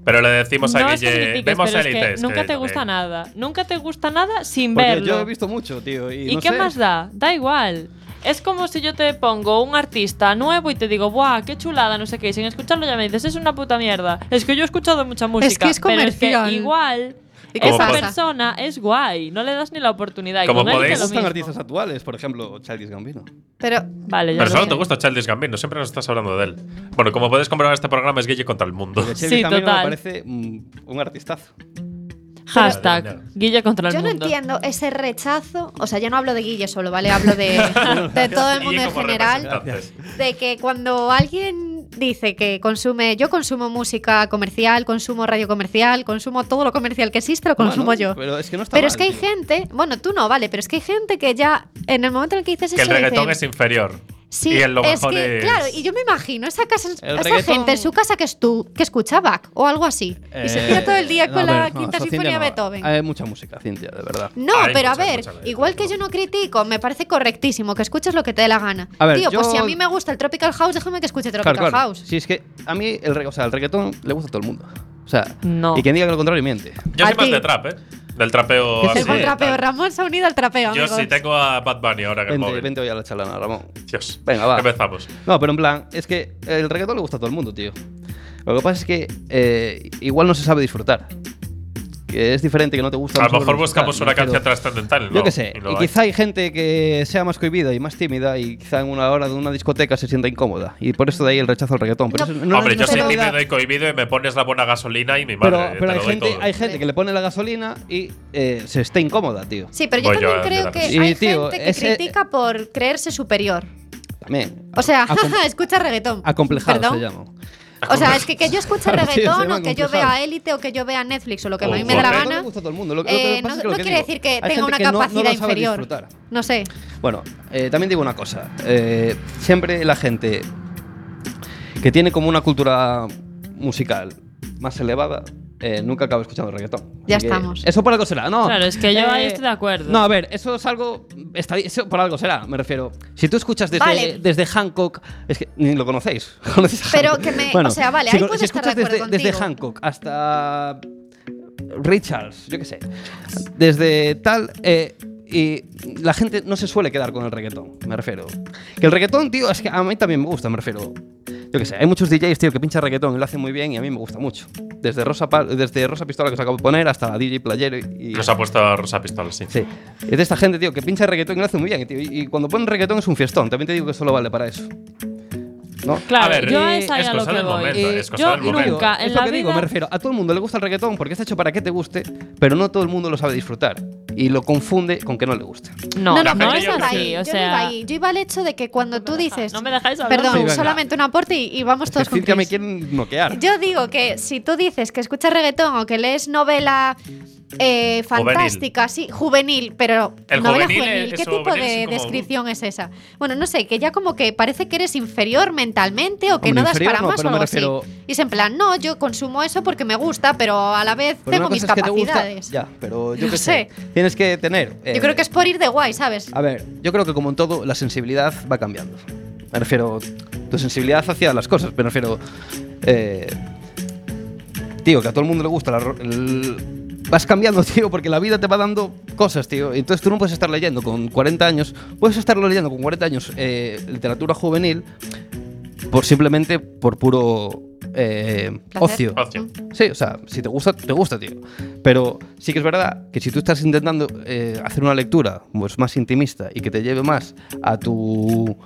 Speaker 3: Pero le decimos
Speaker 2: no
Speaker 3: a
Speaker 2: es que
Speaker 3: Guille,
Speaker 2: critiques,
Speaker 3: vemos
Speaker 2: pero es que
Speaker 3: élites. que
Speaker 2: nunca te
Speaker 3: yo
Speaker 2: gusta
Speaker 3: me-
Speaker 2: nada. Nunca te gusta nada sin
Speaker 5: Porque
Speaker 2: verlo.
Speaker 5: yo he visto mucho, tío. ¿Y,
Speaker 2: ¿Y
Speaker 5: no
Speaker 2: qué
Speaker 5: sé.
Speaker 2: más da? Da igual. Es como si yo te pongo un artista nuevo y te digo, ¡buah, qué chulada! No sé qué. y sin escucharlo ya me dices, es una puta mierda. Es que yo he escuchado mucha música.
Speaker 4: que es
Speaker 2: pero
Speaker 4: comercial.
Speaker 2: que igual.
Speaker 4: ¿Y
Speaker 3: qué
Speaker 2: Esa
Speaker 3: pasa?
Speaker 2: persona es guay, no le das ni la oportunidad. y
Speaker 3: Como
Speaker 2: con él
Speaker 5: Me
Speaker 3: podéis-
Speaker 2: hice lo
Speaker 5: gustan
Speaker 2: mismo.
Speaker 5: artistas actuales, por ejemplo, Childish Gambino.
Speaker 4: Pero
Speaker 2: Vale, ya
Speaker 3: Pero
Speaker 2: lo
Speaker 3: solo
Speaker 2: sé.
Speaker 3: te gusta Childish Gambino, siempre nos estás hablando de él. Bueno, como puedes comprobar, este programa es Guille contra el
Speaker 2: (laughs)
Speaker 3: mundo.
Speaker 5: Porque
Speaker 2: Sí,
Speaker 5: Childish Gambino me
Speaker 2: total.
Speaker 5: parece mm, un artistazo.
Speaker 2: Hashtag
Speaker 3: Pero-
Speaker 2: Guille contra el
Speaker 4: yo no
Speaker 2: mundo.
Speaker 4: entiendo ese rechazo. O sea, yo no hablo de Guille solo, ¿vale? Hablo
Speaker 5: (laughs)
Speaker 4: de, de todo el mundo
Speaker 3: Guille
Speaker 4: en
Speaker 3: como
Speaker 4: general.
Speaker 3: representante.
Speaker 4: De que cuando alguien dice que consume, yo consumo música comercial, consumo radio comercial, consumo todo lo comercial que existe, lo consumo
Speaker 5: Bueno,
Speaker 4: yo.
Speaker 5: Pero es que no está
Speaker 4: Pero
Speaker 5: mal,
Speaker 4: es que hay
Speaker 5: tío.
Speaker 4: gente, bueno, tú no, vale, pero es que hay gente que ya en el momento en el que dices
Speaker 3: Que el
Speaker 4: eso
Speaker 3: reggaetón
Speaker 4: dicen,
Speaker 3: es inferior.
Speaker 4: sí,
Speaker 3: y el lo
Speaker 4: es
Speaker 3: mejor
Speaker 4: que,
Speaker 3: es-
Speaker 4: claro, y yo me imagino esa casa, esa
Speaker 5: reggaetón-
Speaker 4: gente en su casa que es tú, que escucha Bach o algo así y se tira todo el día
Speaker 5: Eh,
Speaker 4: con
Speaker 5: a
Speaker 4: la
Speaker 5: ver, no,
Speaker 4: quinta
Speaker 5: eso Cintia
Speaker 4: sinfonía de
Speaker 5: no.
Speaker 4: Beethoven.
Speaker 5: Hay mucha música, Cintia, de verdad.
Speaker 4: No,
Speaker 3: Hay
Speaker 4: pero a
Speaker 3: mucha,
Speaker 4: ver,
Speaker 3: mucha reggaetón.
Speaker 4: igual que yo no critico, me parece correctísimo que escuches lo que te dé la gana.
Speaker 5: A ver,
Speaker 4: Tío, pues
Speaker 5: yo-
Speaker 4: si a mí me gusta el Tropical House, déjame que escuche Tropical
Speaker 5: Claro, claro.
Speaker 4: House.
Speaker 5: Sí, es que a mí el, regga- o sea, el reggaetón le gusta a todo el mundo. O sea,
Speaker 2: No.
Speaker 5: y quien diga que lo contrario miente.
Speaker 3: Yo
Speaker 4: A
Speaker 3: soy más
Speaker 4: ti.
Speaker 3: de trap, ¿eh? Del trapeo
Speaker 5: Que se
Speaker 3: así.
Speaker 4: Se fue el
Speaker 5: sí,
Speaker 4: trapeo,
Speaker 3: tal.
Speaker 4: Ramón se ha unido al trapeo,
Speaker 3: Yo
Speaker 4: amigos.
Speaker 3: sí tengo a Bad Bunny ahora en el
Speaker 5: Vente,
Speaker 3: móvil.
Speaker 5: vente hoy a la chalana, Ramón.
Speaker 3: Dios.
Speaker 5: Venga, va.
Speaker 3: Empezamos.
Speaker 5: No, pero en plan, es que el reggaetón le gusta a todo el mundo, tío. Lo que pasa es que eh, igual no se sabe disfrutar. Que es diferente que no te gusta.
Speaker 3: A
Speaker 5: no
Speaker 3: lo
Speaker 5: sabes
Speaker 3: mejor
Speaker 5: disfrutar,
Speaker 3: buscamos
Speaker 5: me
Speaker 3: una
Speaker 5: refiero.
Speaker 3: canción trascendental.
Speaker 5: Yo
Speaker 3: ¿no?
Speaker 5: qué sé.
Speaker 3: Y
Speaker 5: Y,
Speaker 3: no hay.
Speaker 5: quizá hay gente que sea más cohibida y más tímida y quizá en una hora de una discoteca se sienta incómoda. Y por eso de ahí el rechazo al reggaetón. Pero
Speaker 4: No,
Speaker 5: eso no
Speaker 3: Hombre,
Speaker 5: es
Speaker 3: yo soy
Speaker 4: pero-
Speaker 5: novedad.
Speaker 3: tímido y cohibido y me pones la buena gasolina y mi madre.
Speaker 5: Pero,
Speaker 3: te
Speaker 5: pero
Speaker 3: lo
Speaker 5: hay,
Speaker 3: doy
Speaker 5: gente,
Speaker 3: todo.
Speaker 5: hay gente que le pone la gasolina y eh, se está incómoda, tío.
Speaker 4: Sí, pero yo
Speaker 3: Voy yo
Speaker 4: también
Speaker 3: a- yo
Speaker 4: creo
Speaker 3: la
Speaker 4: que
Speaker 3: misma.
Speaker 5: Y,
Speaker 4: hay
Speaker 5: tío,
Speaker 4: gente que
Speaker 5: ese-
Speaker 4: critica por creerse superior.
Speaker 5: También.
Speaker 4: O sea,
Speaker 5: Acom-
Speaker 4: jaja, (laughs) escucha reggaetón.
Speaker 5: Acomplejado
Speaker 4: Perdón.
Speaker 5: se llaman.
Speaker 4: O sea, es que que
Speaker 5: (laughs)
Speaker 4: yo escuche
Speaker 5: Claro, tío, se
Speaker 4: reggaetón
Speaker 5: llama
Speaker 4: o que yo
Speaker 5: acomplejado. Oh,
Speaker 4: vea Élite o que yo vea Netflix o lo que a
Speaker 3: O
Speaker 4: mí me dé la
Speaker 3: Fortnite.
Speaker 5: No
Speaker 4: gana,
Speaker 5: gusta a todo el mundo. Lo, lo
Speaker 4: eh,
Speaker 5: que
Speaker 4: no
Speaker 5: pasa es que lo
Speaker 4: no
Speaker 5: que
Speaker 4: quiere
Speaker 5: digo,
Speaker 4: decir que
Speaker 5: hay
Speaker 4: tenga
Speaker 5: gente
Speaker 4: una
Speaker 5: que no- no lo
Speaker 4: capacidad
Speaker 5: sabe
Speaker 4: inferior.
Speaker 5: disfrutar.
Speaker 4: No sé.
Speaker 5: Bueno, eh, también digo una cosa. eh, siempre la gente que tiene como una cultura musical más elevada eh, nunca acaba escuchando reggaetón.
Speaker 4: Ya
Speaker 5: que
Speaker 4: estamos. Eh,
Speaker 5: Eso por algo será, ¿no?
Speaker 2: Claro, es que yo ahí estoy de acuerdo.
Speaker 5: No, a ver, eso es algo. está- eso por algo será, me refiero. Si tú escuchas desde,
Speaker 4: Vale.
Speaker 5: desde Hancock. Es que ni lo conocéis. (laughs) ¿Conocéis a
Speaker 4: Pero
Speaker 5: Hancock?
Speaker 4: que me- o sea, vale,
Speaker 5: si,
Speaker 4: ahí
Speaker 5: co-
Speaker 4: puedo
Speaker 5: si
Speaker 4: estar
Speaker 5: escuchas
Speaker 4: de acuerdo
Speaker 5: desde, desde
Speaker 4: contigo.
Speaker 5: Hancock hasta. Richards, yo qué sé. Desde tal. eh, y la gente no se suele quedar con el reggaetón, me refiero. Que el reggaetón, tío, es que a mí también me gusta, me refiero. Yo qué sé, hay muchos DJs, tío, que pinchan reggaetón y lo hacen muy bien y a mí me gusta mucho. Desde Rosa, Pa- desde Rosa Pistola que os acabo de poner hasta DJ Playero y.
Speaker 3: Nos ha puesto a Rosa Pistola, sí.
Speaker 5: Sí. Es de esta gente, tío, que pincha reggaetón y lo hace muy bien, tío. Y, y cuando ponen reggaetón es un fiestón. También te digo que solo vale para eso. ¿No?
Speaker 2: Claro,
Speaker 3: A ver,
Speaker 2: yo
Speaker 5: eh,
Speaker 2: es ahí
Speaker 3: es
Speaker 2: a lo
Speaker 3: cosa
Speaker 2: que
Speaker 3: del
Speaker 2: voy. Eh,
Speaker 3: momento, es cosa
Speaker 2: yo
Speaker 3: del momento.
Speaker 2: nunca
Speaker 5: es
Speaker 2: en
Speaker 5: lo
Speaker 2: la
Speaker 5: que digo, me
Speaker 2: vida
Speaker 5: refiero. A todo el mundo le gusta el reggaetón porque está hecho para que te guste, pero no todo el mundo lo sabe disfrutar. Y lo confunde con que no le guste.
Speaker 2: No,
Speaker 4: No,
Speaker 2: no,
Speaker 4: no,
Speaker 3: La
Speaker 4: pero
Speaker 2: es
Speaker 3: gente yo creo
Speaker 2: así.
Speaker 3: que-
Speaker 4: yo
Speaker 2: O
Speaker 4: no iba
Speaker 2: sea,
Speaker 4: ahí. Yo iba al hecho de que cuando tú dices.
Speaker 2: no me dejáis hablar.
Speaker 5: Sí,
Speaker 4: Perdón,
Speaker 5: venga.
Speaker 4: solamente un aporte y, y vamos todos
Speaker 5: Es que
Speaker 4: con
Speaker 5: Cintia me
Speaker 4: Chris.
Speaker 5: quieren bloquear.
Speaker 4: Yo digo que si tú dices que escuchas reggaetón o que lees novela eh, fantástica, sí, juvenil, pero
Speaker 3: El
Speaker 4: novela
Speaker 3: juvenil
Speaker 4: juvenil,
Speaker 3: es-
Speaker 4: ¿qué
Speaker 3: eso,
Speaker 4: tipo
Speaker 3: juvenil es
Speaker 4: de
Speaker 3: como-
Speaker 4: descripción es esa? Bueno, no sé, que ya como que parece que eres inferior mentalmente o que
Speaker 5: Hombre,
Speaker 4: no das
Speaker 5: inferior
Speaker 4: para
Speaker 5: no,
Speaker 4: más
Speaker 5: pero
Speaker 4: o
Speaker 5: me
Speaker 4: algo así.
Speaker 5: refiero-
Speaker 4: Y es en plan, no, yo consumo eso porque me gusta, pero a la vez
Speaker 5: Porque Pues una
Speaker 4: tengo mis
Speaker 5: cosa es que te gusta-
Speaker 4: capacidades.
Speaker 5: ya, pero yo
Speaker 4: No
Speaker 5: qué sé.
Speaker 4: sé.
Speaker 5: Tienes que tener. eh,
Speaker 4: Yo creo que es por ir de guay, ¿sabes?
Speaker 5: A ver, yo creo que como en todo, la sensibilidad va cambiando. Me refiero, tu sensibilidad hacia las cosas, me refiero... eh, tío, que a todo el mundo le gusta la ro- el- Vas cambiando, (laughs) tío, porque la vida te va dando cosas, tío. Entonces tú no puedes estar leyendo con 40 años, puedes estarlo leyendo con 40 años eh, literatura juvenil por simplemente por puro eh,
Speaker 4: Placer.
Speaker 5: ocio.
Speaker 3: Ocio.
Speaker 5: Sí, o sea, si te gusta, te gusta, tío. Pero sí que es verdad que si tú estás intentando eh, hacer una lectura pues, más intimista y que te lleve más a tu,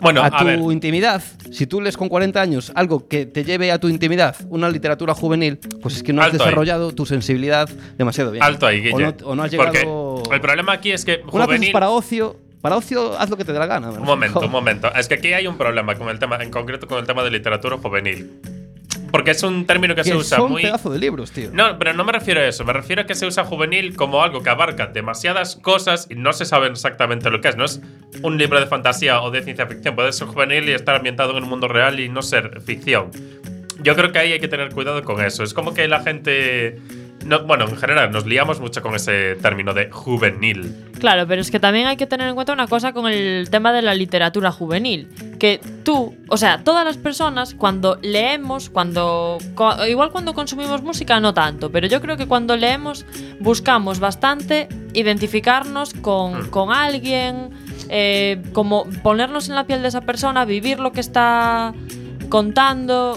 Speaker 3: Bueno,
Speaker 5: a
Speaker 3: a,
Speaker 5: tu
Speaker 3: ver.
Speaker 5: intimidad, si tú lees con 40 años algo que te lleve a tu intimidad, una literatura juvenil, pues es que no has
Speaker 3: Alto ahí.
Speaker 5: desarrollado tu sensibilidad demasiado bien.
Speaker 3: Alto ahí, Guille.
Speaker 5: O no, o no has llegado...
Speaker 3: Porque el problema aquí es que
Speaker 5: Una cosa es
Speaker 3: juvenil.
Speaker 5: para ocio, para ocio haz lo que te dé la gana. me
Speaker 3: Un momento,
Speaker 5: refiero.
Speaker 3: un momento. Es que aquí hay un problema con el tema, en concreto con el tema de literatura juvenil. Porque es un término que,
Speaker 5: Que
Speaker 3: se usa
Speaker 5: son
Speaker 3: muy.
Speaker 5: pedazo de libros, tío.
Speaker 3: No, pero no me refiero a eso. Me refiero a que se usa juvenil como algo que abarca demasiadas cosas y no se sabe exactamente lo que es. No es un libro de fantasía o de ciencia ficción. Puede ser juvenil y estar ambientado en el mundo real y no ser ficción. Yo creo que ahí hay que tener cuidado con eso. Es como que la gente no- bueno, en general, nos liamos mucho con ese término de juvenil.
Speaker 2: Claro, pero es que también hay que tener en cuenta una cosa con el tema de la literatura juvenil. Que tú, o sea, todas las personas cuando leemos, cuando. co- igual cuando consumimos música no tanto, pero yo creo que cuando leemos buscamos bastante identificarnos
Speaker 3: Hmm.
Speaker 2: con, con alguien, eh, como ponernos en la piel de esa persona, vivir lo que está contando.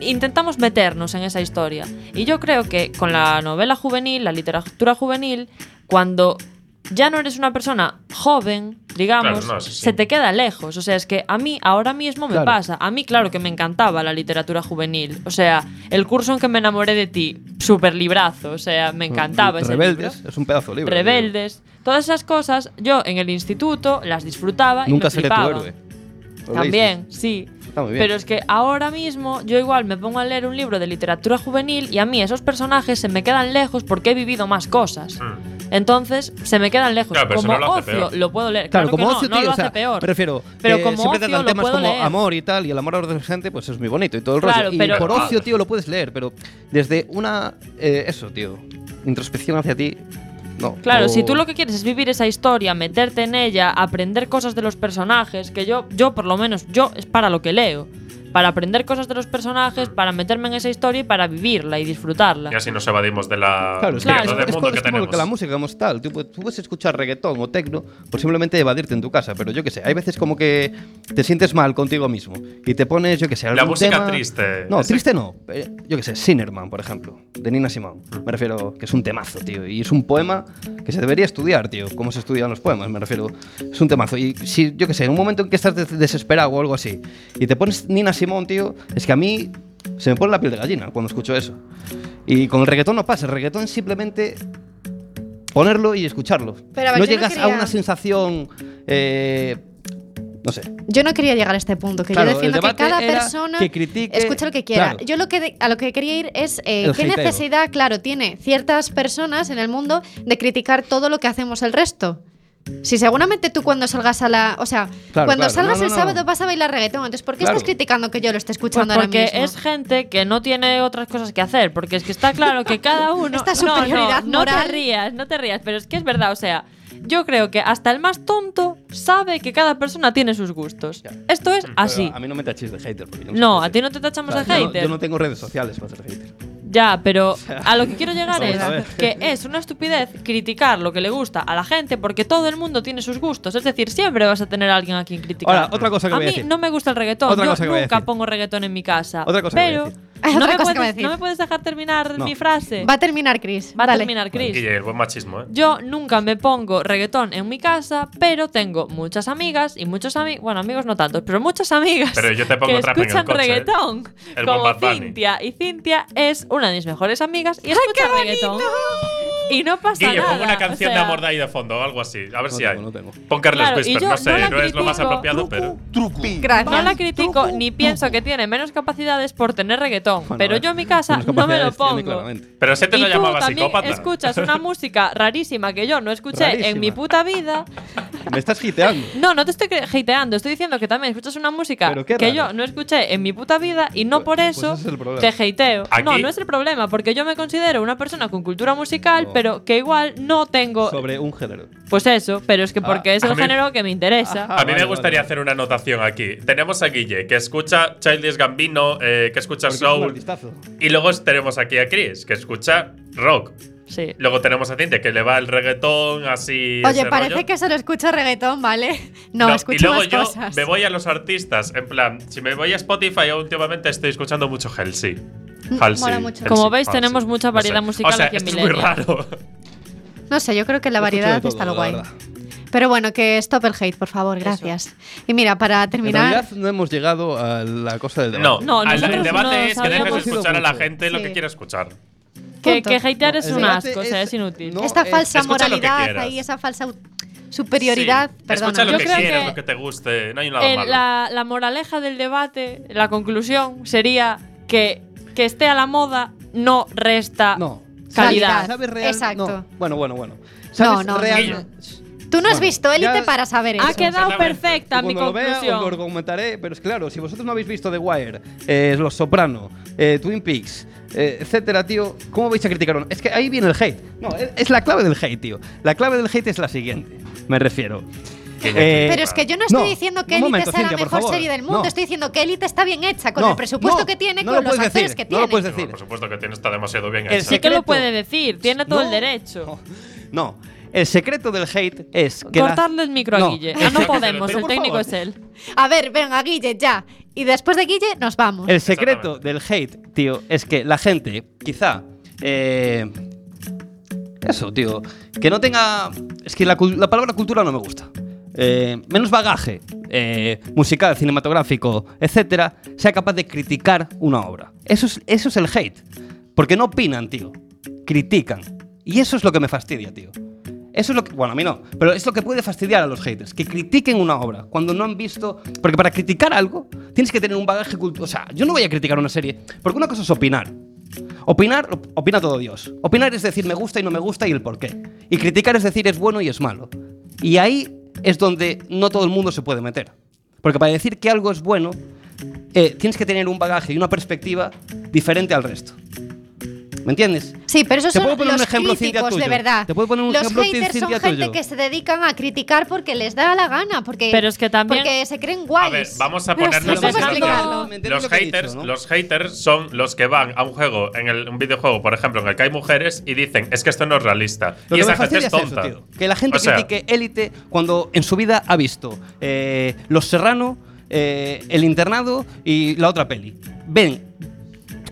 Speaker 2: Intentamos meternos en esa historia. Y yo creo que con la novela juvenil, la literatura juvenil, cuando ya no eres una persona joven, digamos,
Speaker 3: Claro, no, eso sí.
Speaker 2: se te queda lejos. O sea, es que a mí ahora mismo me
Speaker 5: Claro.
Speaker 2: pasa. A mí, claro que me encantaba la literatura juvenil. O sea, el curso en que me enamoré de ti, super librazo. O sea, me encantaba ese libro.
Speaker 5: Mm, Rebeldes, es un pedazo de libro.
Speaker 2: Rebeldes. Todas esas cosas, yo en el instituto las disfrutaba y
Speaker 5: Nunca
Speaker 2: me
Speaker 5: seré tu
Speaker 2: flipaba.
Speaker 5: héroe. ¿Lo
Speaker 2: También, sí.
Speaker 5: Está muy bien.
Speaker 2: Pero es que ahora mismo yo igual me pongo a leer un libro de literatura juvenil y a mí esos personajes se me quedan lejos porque he vivido más cosas.
Speaker 3: Mm.
Speaker 2: Entonces se me quedan lejos.
Speaker 3: Claro, pero eso
Speaker 2: como
Speaker 3: no lo hace
Speaker 2: ocio
Speaker 3: peor.
Speaker 2: lo puedo leer.
Speaker 5: Claro,
Speaker 2: Claro,
Speaker 5: como
Speaker 2: que no,
Speaker 5: ocio,
Speaker 2: no
Speaker 5: tío,
Speaker 2: lo
Speaker 5: o sea,
Speaker 2: hace peor.
Speaker 5: Prefiero.
Speaker 2: Pero
Speaker 5: que
Speaker 2: como
Speaker 5: siempre
Speaker 2: ocio
Speaker 5: tratan
Speaker 2: lo
Speaker 5: temas
Speaker 2: puedo
Speaker 5: como
Speaker 2: leer.
Speaker 5: amor y tal, y el amor adolescente, pues es muy bonito y todo el
Speaker 2: Claro,
Speaker 5: rollo.
Speaker 2: pero-
Speaker 5: y por
Speaker 3: Ah.
Speaker 5: ocio, tío, lo puedes leer, pero desde una. eh, eso, tío. Introspección hacia ti. No.
Speaker 2: Claro,
Speaker 5: o-
Speaker 2: si tú lo que quieres es vivir esa historia, meterte en ella, aprender cosas de los personajes, que yo, yo por lo menos, yo es para lo que leo. Para aprender cosas de los personajes, para meterme en esa historia y para vivirla y disfrutarla.
Speaker 3: Y así nos evadimos de la
Speaker 5: Claro, es,
Speaker 3: mierda
Speaker 5: que-
Speaker 2: Claro,
Speaker 3: de
Speaker 5: es- es
Speaker 3: mundo
Speaker 5: co-
Speaker 3: que
Speaker 5: es como lo
Speaker 3: tenemos.
Speaker 5: que la música como tal. Tú, pu- tú puedes escuchar reggaetón o tecno por simplemente evadirte en tu casa, pero yo qué sé, hay veces como que te sientes mal contigo mismo y te pones, yo qué sé,
Speaker 3: La
Speaker 5: algún
Speaker 3: música
Speaker 5: tema-
Speaker 3: triste.
Speaker 5: No,
Speaker 3: Ese-
Speaker 5: triste no. eh, Yo qué sé, Sinnerman, por ejemplo, de Nina Simone. Me refiero que es un temazo, tío, y es un poema que se debería estudiar, tío, cómo se estudian los poemas, me refiero. Es un temazo. Y si, yo qué sé, en un momento en que estás des- desesperado o algo así y te pones Nina Simone, tío, es que a mí se me pone la piel de gallina cuando escucho eso. Y con el reggaetón no pasa, el reggaetón es simplemente ponerlo y escucharlo.
Speaker 4: Pero, a ver,
Speaker 5: no
Speaker 4: yo no
Speaker 5: llegas a
Speaker 4: quería-
Speaker 5: una sensación... eh, no sé.
Speaker 4: Yo no quería llegar a este punto, que
Speaker 5: Claro,
Speaker 4: yo defiendo
Speaker 5: el
Speaker 4: que
Speaker 5: debate
Speaker 4: cada
Speaker 5: era
Speaker 4: persona
Speaker 5: que critique-
Speaker 4: escucha lo que quiera.
Speaker 5: Claro.
Speaker 4: Yo lo que de- a lo que quería ir es eh,
Speaker 5: El
Speaker 4: qué
Speaker 5: hateo.
Speaker 4: necesidad, claro, tiene ciertas personas en el mundo de criticar todo lo que hacemos el resto. Si seguramente tú cuando salgas a la, o sea,
Speaker 5: Claro,
Speaker 4: cuando
Speaker 5: claro. No,
Speaker 4: salgas
Speaker 5: no,
Speaker 4: el
Speaker 5: no.
Speaker 4: sábado vas a bailar reggaetón, entonces ¿por qué
Speaker 5: Claro.
Speaker 4: estás criticando que yo lo esté
Speaker 2: Pues
Speaker 4: escuchando
Speaker 2: porque
Speaker 4: ahora mismo?
Speaker 2: es gente que no tiene otras cosas que hacer, porque es que está claro que cada
Speaker 4: (laughs)
Speaker 2: uno.
Speaker 4: Esta
Speaker 2: No, no,
Speaker 4: superioridad
Speaker 2: no,
Speaker 4: moral.
Speaker 2: te rías, no te rías, pero es que es verdad, o sea, yo creo que hasta el más tonto sabe que cada persona tiene sus gustos. Esto es así.
Speaker 5: A mí no me tachis de hater. porque yo soy
Speaker 2: Ah, No, a
Speaker 5: hater.
Speaker 2: ti no te tachamos de
Speaker 5: Claro, yo no-
Speaker 2: hater.
Speaker 5: Yo no tengo redes sociales para ser hater.
Speaker 2: Ya,
Speaker 5: (laughs)
Speaker 2: pero a lo que quiero llegar
Speaker 5: Vamos
Speaker 2: es
Speaker 5: a ver.
Speaker 2: que es una estupidez criticar lo que le gusta a la gente porque todo el mundo tiene sus gustos. Es decir, siempre vas a tener a alguien a quien criticar.
Speaker 5: Ahora, otra cosa que
Speaker 2: a
Speaker 5: voy a
Speaker 2: mí
Speaker 5: decir.
Speaker 2: no me gusta el reggaetón.
Speaker 5: Otra
Speaker 2: Yo
Speaker 5: cosa que voy a
Speaker 2: nunca
Speaker 5: decir.
Speaker 2: pongo reggaetón en mi casa.
Speaker 5: Otra cosa que voy a
Speaker 2: pero
Speaker 5: decir.
Speaker 2: no,
Speaker 4: Otra cosa que
Speaker 2: me
Speaker 4: voy a
Speaker 2: puedes,
Speaker 4: decir.
Speaker 2: no me puedes dejar terminar
Speaker 5: No.
Speaker 2: mi frase.
Speaker 4: Va a terminar, Chris.
Speaker 2: Va a
Speaker 4: Dale.
Speaker 2: terminar, Chris.
Speaker 3: Guille, el buen machismo, ¿eh?
Speaker 2: Yo nunca me pongo reggaetón en mi casa, pero tengo muchas amigas y muchos amigos, bueno, amigos no tantos, pero muchas amigas
Speaker 3: Pero yo te pongo
Speaker 2: que
Speaker 3: trap en el
Speaker 2: escuchan
Speaker 3: coche, ¿eh?
Speaker 2: reggaetón,
Speaker 3: El buen
Speaker 2: como
Speaker 3: Bad Bunny.
Speaker 2: Cintia. Y Cintia es una de mis mejores amigas y escucha reggaetón. Y no pasa
Speaker 3: Guille,
Speaker 2: nada.
Speaker 3: pon una
Speaker 2: o
Speaker 3: canción de
Speaker 2: sea,
Speaker 3: amor de ahí de fondo o algo así. A ver
Speaker 5: No
Speaker 3: si
Speaker 5: tengo,
Speaker 3: hay.
Speaker 5: no tengo.
Speaker 3: Pon Carles
Speaker 2: Claro, y
Speaker 3: Whisper.
Speaker 2: yo
Speaker 3: No sé,
Speaker 2: no la
Speaker 3: no es lo más
Speaker 2: critico.
Speaker 3: apropiado, pero.
Speaker 4: Gracias.
Speaker 2: No la critico ni pienso que tiene menos capacidades por tener reggaetón,
Speaker 5: Bueno, a
Speaker 2: pero
Speaker 5: ver,
Speaker 2: yo en mi casa
Speaker 5: unas
Speaker 2: no me lo
Speaker 5: capacidades tiene,
Speaker 2: pongo.
Speaker 5: claramente.
Speaker 3: Pero si te lo
Speaker 2: y tú
Speaker 3: Este llamaba
Speaker 2: también
Speaker 3: psicópata. (laughs)
Speaker 2: escuchas una música rarísima que yo no escuché en
Speaker 5: Rarísima.
Speaker 2: mi puta vida.
Speaker 5: Me estás giteando.
Speaker 2: No, no te estoy cre- hateando, estoy diciendo que también escuchas una música
Speaker 5: Pero qué
Speaker 2: que
Speaker 5: raro.
Speaker 2: yo no escuché en mi puta vida y
Speaker 5: Pues-
Speaker 2: no por
Speaker 5: pues
Speaker 2: eso
Speaker 5: ese es el problema.
Speaker 2: te hateo.
Speaker 3: Aquí-
Speaker 2: No, no es el problema, porque yo me considero una persona con cultura musical, pero que igual no tengo.
Speaker 5: Sobre un género.
Speaker 2: Pues eso, pero es que porque
Speaker 5: Ah,
Speaker 2: es el
Speaker 3: a mí-
Speaker 2: género que me interesa.
Speaker 5: Ajá. Ah,
Speaker 3: a mí
Speaker 5: vale,
Speaker 3: me gustaría
Speaker 5: vale.
Speaker 3: hacer una anotación aquí. Tenemos a Guille, que escucha Childish Gambino, eh, que escucha
Speaker 5: Porque es un
Speaker 3: Soul.
Speaker 5: artistazo.
Speaker 3: Y luego tenemos aquí a Chris, que escucha rock.
Speaker 2: Sí.
Speaker 3: Luego tenemos a Cintia, que le va el reggaetón, así.
Speaker 4: Oye,
Speaker 3: ese
Speaker 4: parece
Speaker 3: rollo.
Speaker 4: que solo escucha reggaetón, ¿vale? (laughs) No,
Speaker 3: y
Speaker 4: escucho
Speaker 3: luego
Speaker 4: más
Speaker 3: yo
Speaker 4: cosas.
Speaker 3: me voy a los artistas. En plan, si me voy a Spotify, yo últimamente estoy escuchando mucho Halsey.
Speaker 5: Mm,
Speaker 3: Halsey.
Speaker 4: mola mucho.
Speaker 2: Como
Speaker 3: Halsey,
Speaker 2: veis,
Speaker 3: Halsey.
Speaker 2: tenemos mucha variedad musical
Speaker 3: o sea,
Speaker 2: aquí en
Speaker 3: esto es muy
Speaker 2: Millennial.
Speaker 5: (laughs)
Speaker 3: raro.
Speaker 4: No sé, yo creo que la
Speaker 5: Yo escucho de
Speaker 4: variedad
Speaker 5: todo,
Speaker 4: está
Speaker 5: la
Speaker 4: lo guay.
Speaker 5: verdad.
Speaker 4: Pero bueno, que stop el hate, por favor, gracias. Y mira, para
Speaker 5: En
Speaker 4: terminar,
Speaker 5: realidad no hemos llegado a la cosa del debate.
Speaker 3: No,
Speaker 2: No,
Speaker 3: al- el
Speaker 2: nosotros
Speaker 3: debate
Speaker 2: nos
Speaker 3: es que dejes de
Speaker 2: habíamos-
Speaker 3: escuchar a la
Speaker 5: mucho.
Speaker 3: gente lo
Speaker 4: Sí.
Speaker 3: que quiere escuchar.
Speaker 2: Que,
Speaker 4: Punto.
Speaker 2: que hatear es
Speaker 5: El
Speaker 2: un
Speaker 5: debate
Speaker 2: asco, o sea, es inútil.
Speaker 5: no,
Speaker 4: esta
Speaker 5: es-
Speaker 4: falsa
Speaker 3: Escucha lo que
Speaker 4: moralidad
Speaker 3: quieras.
Speaker 4: y esa falsa u- superioridad,
Speaker 3: Sí,
Speaker 4: perdona.
Speaker 3: Escucha
Speaker 2: Yo
Speaker 3: lo que
Speaker 2: creo
Speaker 3: quieras,
Speaker 2: que
Speaker 3: lo que te guste. No hay nada
Speaker 2: El-
Speaker 3: malo.
Speaker 2: Eh, la, la moraleja del debate, la conclusión sería que que esté a la moda no resta
Speaker 5: No.
Speaker 2: Ah, calidad.
Speaker 5: ¿Sabes real?
Speaker 4: Exacto.
Speaker 5: no. Bueno, bueno, bueno. ¿Sabes
Speaker 4: no, no,
Speaker 5: real-
Speaker 4: Tú no has
Speaker 5: Bueno,
Speaker 4: visto élite
Speaker 5: ya-
Speaker 4: para saber eso.
Speaker 2: Ha quedado
Speaker 3: Exactamente.
Speaker 5: Yo
Speaker 2: perfecta mi
Speaker 5: cuando lo vea os lo
Speaker 2: conclusión.
Speaker 5: argumentaré, pero es claro, si vosotros no habéis visto The Wire, eh, Los Soprano, eh, Twin Peaks, eh, etcétera, tío, ¿cómo vais a criticar uno? Es que ahí viene el hate. No, es, es la clave del hate, tío. La clave del hate es la siguiente, me refiero. Eh,
Speaker 4: Pero es que yo no estoy diciendo que
Speaker 5: un
Speaker 4: Élite
Speaker 5: momento,
Speaker 4: sea la
Speaker 5: Cintia, por
Speaker 4: mejor
Speaker 5: favor.
Speaker 4: serie del mundo.
Speaker 5: No.
Speaker 4: Estoy diciendo que Élite está bien hecha con
Speaker 5: No,
Speaker 4: el presupuesto
Speaker 5: no,
Speaker 4: que tiene,
Speaker 5: no lo
Speaker 4: con los
Speaker 5: puedes
Speaker 4: actores
Speaker 5: decir, no
Speaker 4: que
Speaker 5: lo
Speaker 4: tiene.
Speaker 5: puedes
Speaker 3: No,
Speaker 5: decir.
Speaker 3: por supuesto que tiene está demasiado bien
Speaker 5: El
Speaker 3: hecha.
Speaker 2: Sí que lo
Speaker 5: secreto.
Speaker 2: puede decir, tiene todo
Speaker 5: No.
Speaker 2: el derecho.
Speaker 5: No, el secreto del hate es que. las-
Speaker 2: Cortarle el micro
Speaker 5: No, (laughs)
Speaker 2: a Guille.
Speaker 5: el
Speaker 2: Ah, no
Speaker 5: secreto-
Speaker 2: podemos,
Speaker 5: Pero
Speaker 2: el
Speaker 5: por
Speaker 2: técnico
Speaker 5: favor.
Speaker 2: es él.
Speaker 4: A ver, venga, Guille, ya. Y después de Guille, nos vamos.
Speaker 5: El secreto del hate, tío, es que la gente, quizá. eh, eso, tío. Que no tenga. Es que la, cul- la palabra cultura no me gusta. Eh, menos bagaje eh, musical, cinematográfico, etcétera, sea capaz de criticar una obra. Eso es, eso es el hate. Porque no opinan, tío. Critican. Y eso es lo que me fastidia, tío. Eso es lo que, bueno, a mí no, pero es lo que puede fastidiar a los haters, que critiquen una obra cuando no han visto, porque para criticar algo tienes que tener un bagaje cultural, o sea, yo no voy a criticar una serie, porque una cosa es opinar. Opinar, op- opina todo Dios. Opinar es decir me gusta y no me gusta y el por qué. Y criticar es decir es bueno y es malo. Y ahí es donde no todo el mundo se puede meter. Porque para decir que algo es bueno, eh, tienes que tener un bagaje y una perspectiva diferente al resto. ¿Me entiendes?
Speaker 4: Sí, pero esos
Speaker 5: ¿Te
Speaker 4: son
Speaker 5: puedo poner un
Speaker 4: los
Speaker 5: ejemplo, Cintia,
Speaker 4: críticos, de
Speaker 5: tuyo?
Speaker 4: verdad.
Speaker 5: ¿Te puedo poner un
Speaker 4: los
Speaker 5: ejemplo,
Speaker 4: haters son
Speaker 5: Cintia,
Speaker 4: gente
Speaker 5: tuyo?
Speaker 4: que se dedican a criticar porque les da la gana, porque,
Speaker 2: Pero es que también-
Speaker 4: porque se creen
Speaker 3: A
Speaker 4: guays.
Speaker 3: ver, vamos a
Speaker 4: Pero
Speaker 3: ponernos
Speaker 4: sí,
Speaker 3: en
Speaker 4: ¿cómo
Speaker 2: Empezando-
Speaker 4: explicarlo?
Speaker 5: ¿Me entiendes
Speaker 3: Los
Speaker 5: lo que he
Speaker 3: haters,
Speaker 5: dicho, no?
Speaker 3: los haters son los que van a un juego, en el, un videojuego, por ejemplo, en el que hay mujeres y dicen, es que esto no es realista.
Speaker 5: Lo
Speaker 3: y
Speaker 5: que
Speaker 3: esa
Speaker 5: me
Speaker 3: gente
Speaker 5: fastidia
Speaker 3: es
Speaker 5: es eso,
Speaker 3: tonta.
Speaker 5: tío. Que la gente
Speaker 3: O sea,
Speaker 5: critique Élite cuando en su vida ha visto eh, Los Serrano, eh, El Internado y la otra peli. Ven,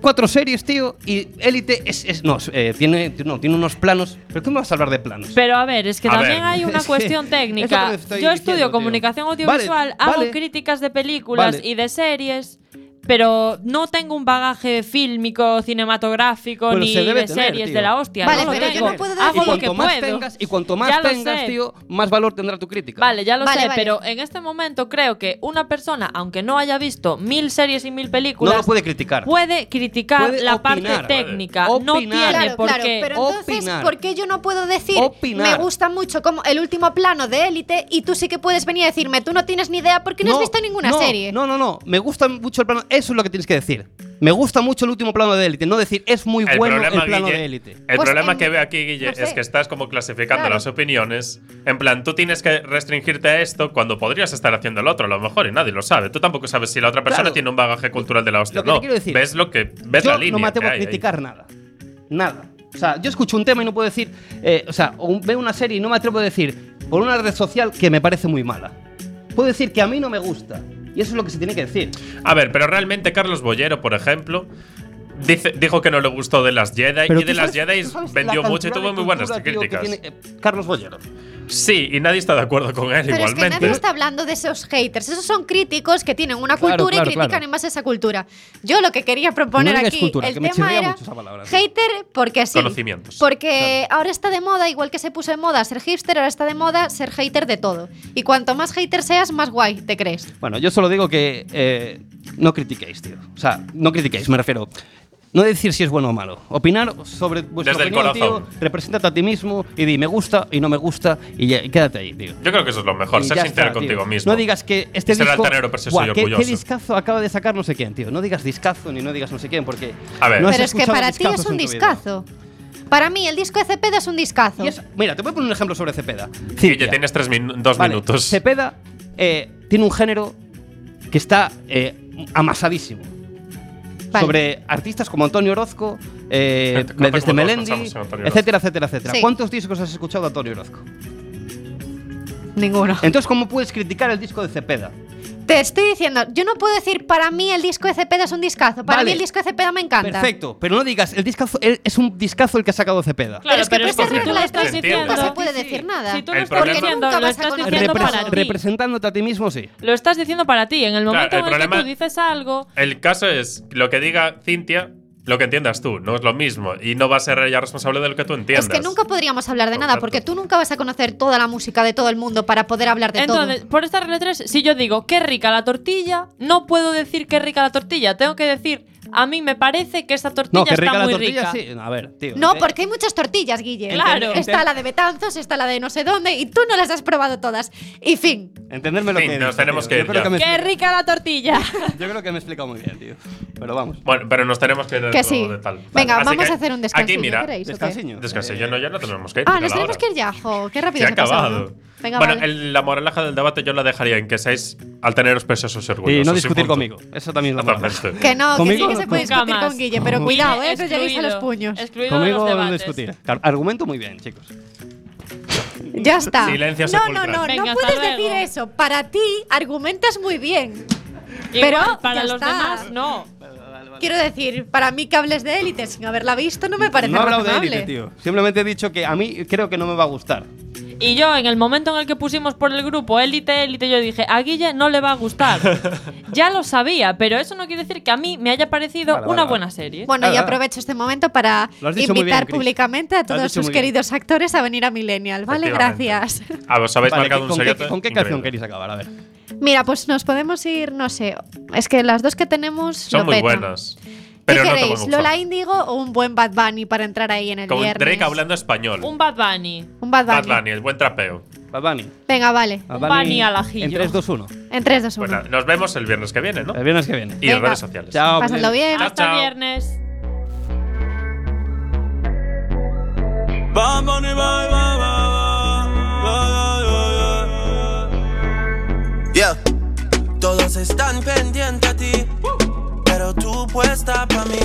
Speaker 5: cuatro series, tío, y Élite es, es- no, eh, tiene, no, tiene unos planos. ¿Pero qué me vas a hablar de planos?
Speaker 2: Pero a ver, es que
Speaker 3: A
Speaker 2: también
Speaker 3: ver.
Speaker 5: (laughs)
Speaker 2: hay una
Speaker 5: Es que
Speaker 2: cuestión
Speaker 5: es lo que
Speaker 2: técnica.
Speaker 5: me estoy
Speaker 2: Yo
Speaker 5: diciendo,
Speaker 2: estudio
Speaker 5: tío.
Speaker 2: comunicación audiovisual,
Speaker 5: Vale,
Speaker 2: hago
Speaker 5: vale.
Speaker 2: críticas de películas
Speaker 5: Vale.
Speaker 2: y de series, pero no tengo un bagaje fílmico, cinematográfico,
Speaker 5: Pero
Speaker 2: ni
Speaker 5: se debe
Speaker 2: de
Speaker 5: tener,
Speaker 2: series
Speaker 5: tío.
Speaker 2: de la hostia.
Speaker 4: Vale,
Speaker 2: no lo
Speaker 4: pero yo
Speaker 2: tengo.
Speaker 4: no puedo
Speaker 5: y
Speaker 4: decir-
Speaker 2: hago lo
Speaker 5: cuanto
Speaker 2: que
Speaker 5: más
Speaker 2: puedo.
Speaker 5: tengas, y cuanto
Speaker 2: Ya
Speaker 5: más
Speaker 2: lo
Speaker 5: tengas,
Speaker 2: sé.
Speaker 5: tío, más valor tendrá tu crítica.
Speaker 2: Vale, ya lo
Speaker 4: Vale,
Speaker 2: sé,
Speaker 4: vale.
Speaker 2: pero en este momento creo que una persona, aunque no haya visto mil series y mil películas,
Speaker 5: No lo puede criticar.
Speaker 2: puede criticar
Speaker 5: Puede
Speaker 2: la
Speaker 5: opinar.
Speaker 2: parte técnica.
Speaker 5: Puede
Speaker 2: No
Speaker 5: opinar.
Speaker 2: tiene
Speaker 4: Claro,
Speaker 2: por
Speaker 4: claro,
Speaker 2: qué.
Speaker 4: pero entonces,
Speaker 5: Opinar.
Speaker 4: ¿por qué yo no puedo decir
Speaker 5: Opinar.
Speaker 4: me gusta mucho como el último plano de Élite y tú sí que puedes venir a decirme, tú no tienes ni idea porque no, has visto ninguna
Speaker 5: no,
Speaker 4: serie?
Speaker 5: No, no, no. Me gusta mucho el plano. Eso es lo que tienes que decir. Me gusta mucho el último plano de élite. No decir es muy
Speaker 3: el
Speaker 5: bueno
Speaker 3: problema,
Speaker 5: el plano
Speaker 3: Guille-
Speaker 5: de élite.
Speaker 3: el
Speaker 4: Pues
Speaker 3: problema
Speaker 4: en-
Speaker 3: que veo aquí, Guille,
Speaker 4: no sé.
Speaker 3: es que estás como clasificando
Speaker 4: Claro.
Speaker 3: las opiniones. En plan, tú tienes que restringirte a esto cuando podrías estar haciendo el otro, a lo mejor, y nadie lo sabe. Tú tampoco sabes si la otra persona
Speaker 5: Claro.
Speaker 3: tiene un bagaje cultural de la hostia.
Speaker 5: Lo que te
Speaker 3: no,
Speaker 5: quiero decir,
Speaker 3: ves lo que. Ves
Speaker 5: yo
Speaker 3: la línea.
Speaker 5: no me atrevo
Speaker 3: que
Speaker 5: a
Speaker 3: hay ahí.
Speaker 5: criticar nada. Nada. O sea, yo escucho un tema y no puedo decir. eh, o sea, o un- veo una serie y no me atrevo a decir por una red social que me parece muy mala. Puedo decir que a mí no me gusta. Y eso es lo que se tiene que decir.
Speaker 3: A ver, pero realmente Carlos Bollero, por ejemplo, dice- dijo que no le gustó de las Jedi
Speaker 5: Pero
Speaker 3: y
Speaker 5: tú
Speaker 3: de las
Speaker 5: sabes-
Speaker 3: Jedi
Speaker 5: tú sabes la
Speaker 3: vendió mucho y
Speaker 5: cantidad
Speaker 3: tuvo
Speaker 5: de
Speaker 3: muy buenas
Speaker 5: cultura, tío, que
Speaker 3: críticas.
Speaker 5: tiene, eh, Carlos Bollero.
Speaker 3: Sí, y nadie está de acuerdo con él
Speaker 4: Pero
Speaker 3: igualmente.
Speaker 4: es que nadie está hablando de esos haters. Esos son críticos que tienen una
Speaker 5: Claro,
Speaker 4: cultura
Speaker 5: claro,
Speaker 4: y critican
Speaker 5: claro.
Speaker 4: en base a esa cultura. Yo lo que quería proponer
Speaker 5: No digas
Speaker 4: aquí,
Speaker 5: cultura,
Speaker 4: el
Speaker 5: que me
Speaker 4: tema
Speaker 5: chirría
Speaker 4: era
Speaker 5: mucho esa palabra, tío.
Speaker 4: hater porque sí.
Speaker 3: Conocimientos.
Speaker 4: Porque ahora está de moda, igual que se puso de moda ser hipster, ahora está de moda ser hater de todo. Y cuanto más hater seas, más guay te crees.
Speaker 5: Bueno, yo solo digo que eh, no critiquéis, tío. O sea, no critiquéis, me refiero. No decir si es bueno o malo. Opinar sobre vuestra
Speaker 3: Desde el
Speaker 5: opinión, tío.
Speaker 3: corazón.
Speaker 5: Represéntate a ti mismo y di me gusta y no me gusta y, ya- y quédate ahí, tío.
Speaker 3: Yo creo que eso es lo mejor,
Speaker 5: Y
Speaker 3: ser
Speaker 5: ya
Speaker 3: sincero
Speaker 5: está, tío.
Speaker 3: contigo mismo.
Speaker 5: No digas que este
Speaker 3: Ser
Speaker 5: disco...
Speaker 3: altanero, pero sí soy
Speaker 5: Buah, ¿qué,
Speaker 3: orgulloso.
Speaker 5: qué discazo acaba de sacar no sé quién, tío? No digas discazo ni no digas no sé quién porque...
Speaker 3: A ver.
Speaker 5: no has
Speaker 4: Pero es que
Speaker 5: escuchado
Speaker 4: para ti
Speaker 5: discazos
Speaker 4: es un
Speaker 5: en tu vida.
Speaker 4: discazo. Para mí, el disco de Cepeda es un discazo.
Speaker 5: Y es- mira, te voy a poner un ejemplo sobre Cepeda.
Speaker 3: Guille,
Speaker 5: Cintia.
Speaker 3: tienes tres minu- dos
Speaker 5: Vale,
Speaker 3: minutos.
Speaker 5: Cepeda eh, tiene un género que está eh, amasadísimo.
Speaker 4: Vale.
Speaker 5: Sobre artistas como Antonio Orozco, eh,
Speaker 3: Gente, cuenta
Speaker 5: desde
Speaker 3: cómo todos
Speaker 5: Melendi,
Speaker 3: pensamos en Antonio
Speaker 5: etcétera, etcétera, etcétera.
Speaker 4: Sí.
Speaker 5: ¿Cuántos discos has escuchado de Antonio Orozco?
Speaker 4: Ninguno.
Speaker 5: Entonces, ¿cómo puedes criticar el disco de Cepeda?
Speaker 4: Te estoy diciendo, yo no puedo decir para mí el disco de Cepeda es un discazo. Para
Speaker 5: Vale.
Speaker 4: mí el disco de Cepeda me encanta.
Speaker 5: Perfecto, pero no digas, el discazo el- es un discazo el que ha sacado Cepeda.
Speaker 2: Claro,
Speaker 4: Pero es que
Speaker 2: pero es
Speaker 4: por
Speaker 2: que
Speaker 4: esa
Speaker 2: si tú
Speaker 4: regla
Speaker 2: lo
Speaker 4: de
Speaker 2: estás
Speaker 3: tres
Speaker 2: diciendo.
Speaker 3: puntos
Speaker 4: no se puede decir nada.
Speaker 2: Si tú
Speaker 3: El
Speaker 2: lo estás
Speaker 3: problema-
Speaker 2: diciendo,
Speaker 4: Porque
Speaker 2: lo
Speaker 4: nunca
Speaker 2: estás
Speaker 4: vas a
Speaker 2: diciendo
Speaker 4: conocer-
Speaker 2: para ti.
Speaker 5: Representándote a ti mismo, sí.
Speaker 2: Lo estás diciendo para ti. En el momento
Speaker 3: Claro, el
Speaker 2: en el que
Speaker 3: problema-
Speaker 2: tú dices algo,
Speaker 3: El caso es lo que diga Cintia, lo que entiendas tú, no es lo mismo. Y no va a ser ella responsable de lo que tú entiendas.
Speaker 4: Es Pues que nunca podríamos hablar de
Speaker 3: Por
Speaker 4: nada,
Speaker 3: tanto.
Speaker 4: porque tú nunca vas a conocer toda la música de todo el mundo para poder hablar de
Speaker 2: Entonces,
Speaker 4: todo.
Speaker 2: por esta regla 3, si yo digo qué rica la tortilla, no puedo decir qué rica la tortilla, tengo que decir A mí me parece que esta tortilla
Speaker 5: No, que rica
Speaker 2: está
Speaker 5: la
Speaker 2: muy
Speaker 5: tortilla,
Speaker 2: rica.
Speaker 5: sí. A ver, tío.
Speaker 4: No,
Speaker 5: eh,
Speaker 4: porque hay muchas tortillas, Guille.
Speaker 2: Claro.
Speaker 4: Está la de Betanzos, está la de no sé dónde, y tú no las has probado todas. Y fin.
Speaker 5: Entenderme lo
Speaker 3: Sí,
Speaker 5: que.
Speaker 3: nos
Speaker 5: dices,
Speaker 3: tenemos
Speaker 5: tío.
Speaker 3: que
Speaker 5: yo
Speaker 3: ir
Speaker 5: creo
Speaker 3: ya.
Speaker 5: que, me,
Speaker 2: ¡Qué rica la tortilla!
Speaker 5: yo creo que me he explicado muy bien, tío. Pero vamos.
Speaker 3: Bueno, pero nos tenemos que ir
Speaker 4: Que sí.
Speaker 3: de tal.
Speaker 4: Venga,
Speaker 3: Así
Speaker 4: vamos
Speaker 3: que
Speaker 4: a hacer un
Speaker 3: Aquí,
Speaker 4: descansillo,
Speaker 3: mira.
Speaker 4: ¿queréis? o qué?
Speaker 5: Descansiño.
Speaker 3: Descansillo, no, ya no tenemos que ir.
Speaker 4: Ah,
Speaker 3: mira
Speaker 4: nos
Speaker 3: la
Speaker 4: tenemos
Speaker 3: hora.
Speaker 4: que ir ya. Jo, qué rápido
Speaker 3: Se ha
Speaker 4: se ha pasado,
Speaker 3: acabado.
Speaker 4: ¿no? Venga,
Speaker 3: bueno,
Speaker 4: vale.
Speaker 3: el- la moraleja del debate yo la dejaría en que seáis altaneros pesados orgullosos.
Speaker 5: Y no
Speaker 3: sin
Speaker 5: discutir
Speaker 3: punto.
Speaker 5: conmigo. Eso también es la moral.
Speaker 3: Entonces,
Speaker 4: Que no, que sí
Speaker 5: ¿Conmigo?
Speaker 4: que se puede
Speaker 2: Nunca
Speaker 4: discutir
Speaker 2: más.
Speaker 4: con Guille, pero cuidado, eh, no lleguéis a los
Speaker 2: Excluido.
Speaker 4: puños.
Speaker 2: Excluido de
Speaker 5: Conmigo
Speaker 2: los
Speaker 5: no
Speaker 2: debates.
Speaker 5: discutir. Car- Argumento muy bien, chicos.
Speaker 4: Ya está.
Speaker 3: Silencio
Speaker 4: no, no,
Speaker 3: sepulcral.
Speaker 4: no,
Speaker 2: Venga,
Speaker 4: no
Speaker 2: hasta
Speaker 4: puedes decir
Speaker 2: luego.
Speaker 4: eso. Para ti argumentas muy bien.
Speaker 2: Igual,
Speaker 4: Pero ya
Speaker 2: para los
Speaker 4: está.
Speaker 2: demás, no.
Speaker 4: Quiero decir, para mí que hables de élite sin haberla visto no me parece
Speaker 5: no he hablado de
Speaker 4: razonable.
Speaker 5: élite, tío. Simplemente he dicho que a mí creo que no me va a gustar.
Speaker 2: Y yo, en el momento en el que pusimos por el grupo élite, élite, yo dije, a Guille no le va a
Speaker 5: (laughs)
Speaker 2: gustar. ya lo sabía, pero eso no quiere decir que a mí me haya parecido
Speaker 5: Vale, vale,
Speaker 2: una
Speaker 5: vale.
Speaker 2: buena serie.
Speaker 4: Bueno,
Speaker 5: Ah,
Speaker 4: y
Speaker 5: ah.
Speaker 4: aprovecho este momento para
Speaker 5: Lo has dicho muy bien,
Speaker 4: invitar
Speaker 5: Cris.
Speaker 4: públicamente a
Speaker 5: Lo has
Speaker 4: todos
Speaker 5: dicho
Speaker 4: sus
Speaker 5: muy bien.
Speaker 4: queridos actores a venir a Millennial, ¿vale?
Speaker 3: efectivamente.
Speaker 4: Gracias. (laughs)
Speaker 3: Ah, os habéis
Speaker 5: Vale,
Speaker 3: marcado
Speaker 5: ¿qué-
Speaker 3: un
Speaker 5: ¿con, qué,
Speaker 3: seriote
Speaker 5: ¿Con qué canción
Speaker 3: increíble.
Speaker 5: queréis acabar? A ver.
Speaker 4: Mira, pues nos podemos ir, no sé. Es que las dos que tenemos
Speaker 3: Son
Speaker 4: lo
Speaker 3: muy
Speaker 4: petan.
Speaker 3: buenas.
Speaker 4: ¿Qué
Speaker 3: Pero no te van a
Speaker 4: queréis?
Speaker 3: gustar.
Speaker 4: ¿Lola Índigo o un buen Bad Bunny para entrar ahí en el
Speaker 3: Con
Speaker 4: viernes?
Speaker 3: Drake hablando español.
Speaker 2: Un Bad Bunny.
Speaker 4: Un Bad Bunny.
Speaker 3: Bad Bunny, el buen trapeo.
Speaker 5: Bad Bunny.
Speaker 4: Venga, vale.
Speaker 5: Bad
Speaker 2: Un Bunny al ajillo.
Speaker 5: En 3, 2, 1.
Speaker 4: En 3, 2, 1.
Speaker 3: Pues nada, nos vemos el viernes que viene, ¿no?
Speaker 5: El viernes que viene.
Speaker 3: Y en
Speaker 4: Venga.
Speaker 3: redes sociales.
Speaker 5: Eh, Chao. pues.
Speaker 4: Pásadlo
Speaker 5: Belén.
Speaker 4: bien.
Speaker 2: Hasta
Speaker 3: chao.
Speaker 2: viernes.
Speaker 11: Bad Bunny, bye, bye, bye, bye, bye, bye, bye, bye. Yeah. Todos están pendientes a ti, pero tú puesta pa' mí,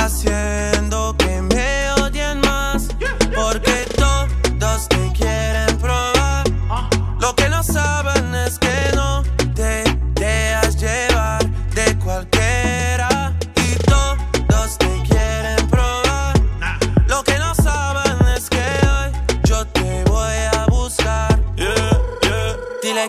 Speaker 11: haciendo que me odien más, porque todos te quieren probar. Lo que no saben es que no te dejas llevar de cualquiera, y todos te quieren probar. Lo que no saben es que hoy yo te voy a buscar. Dile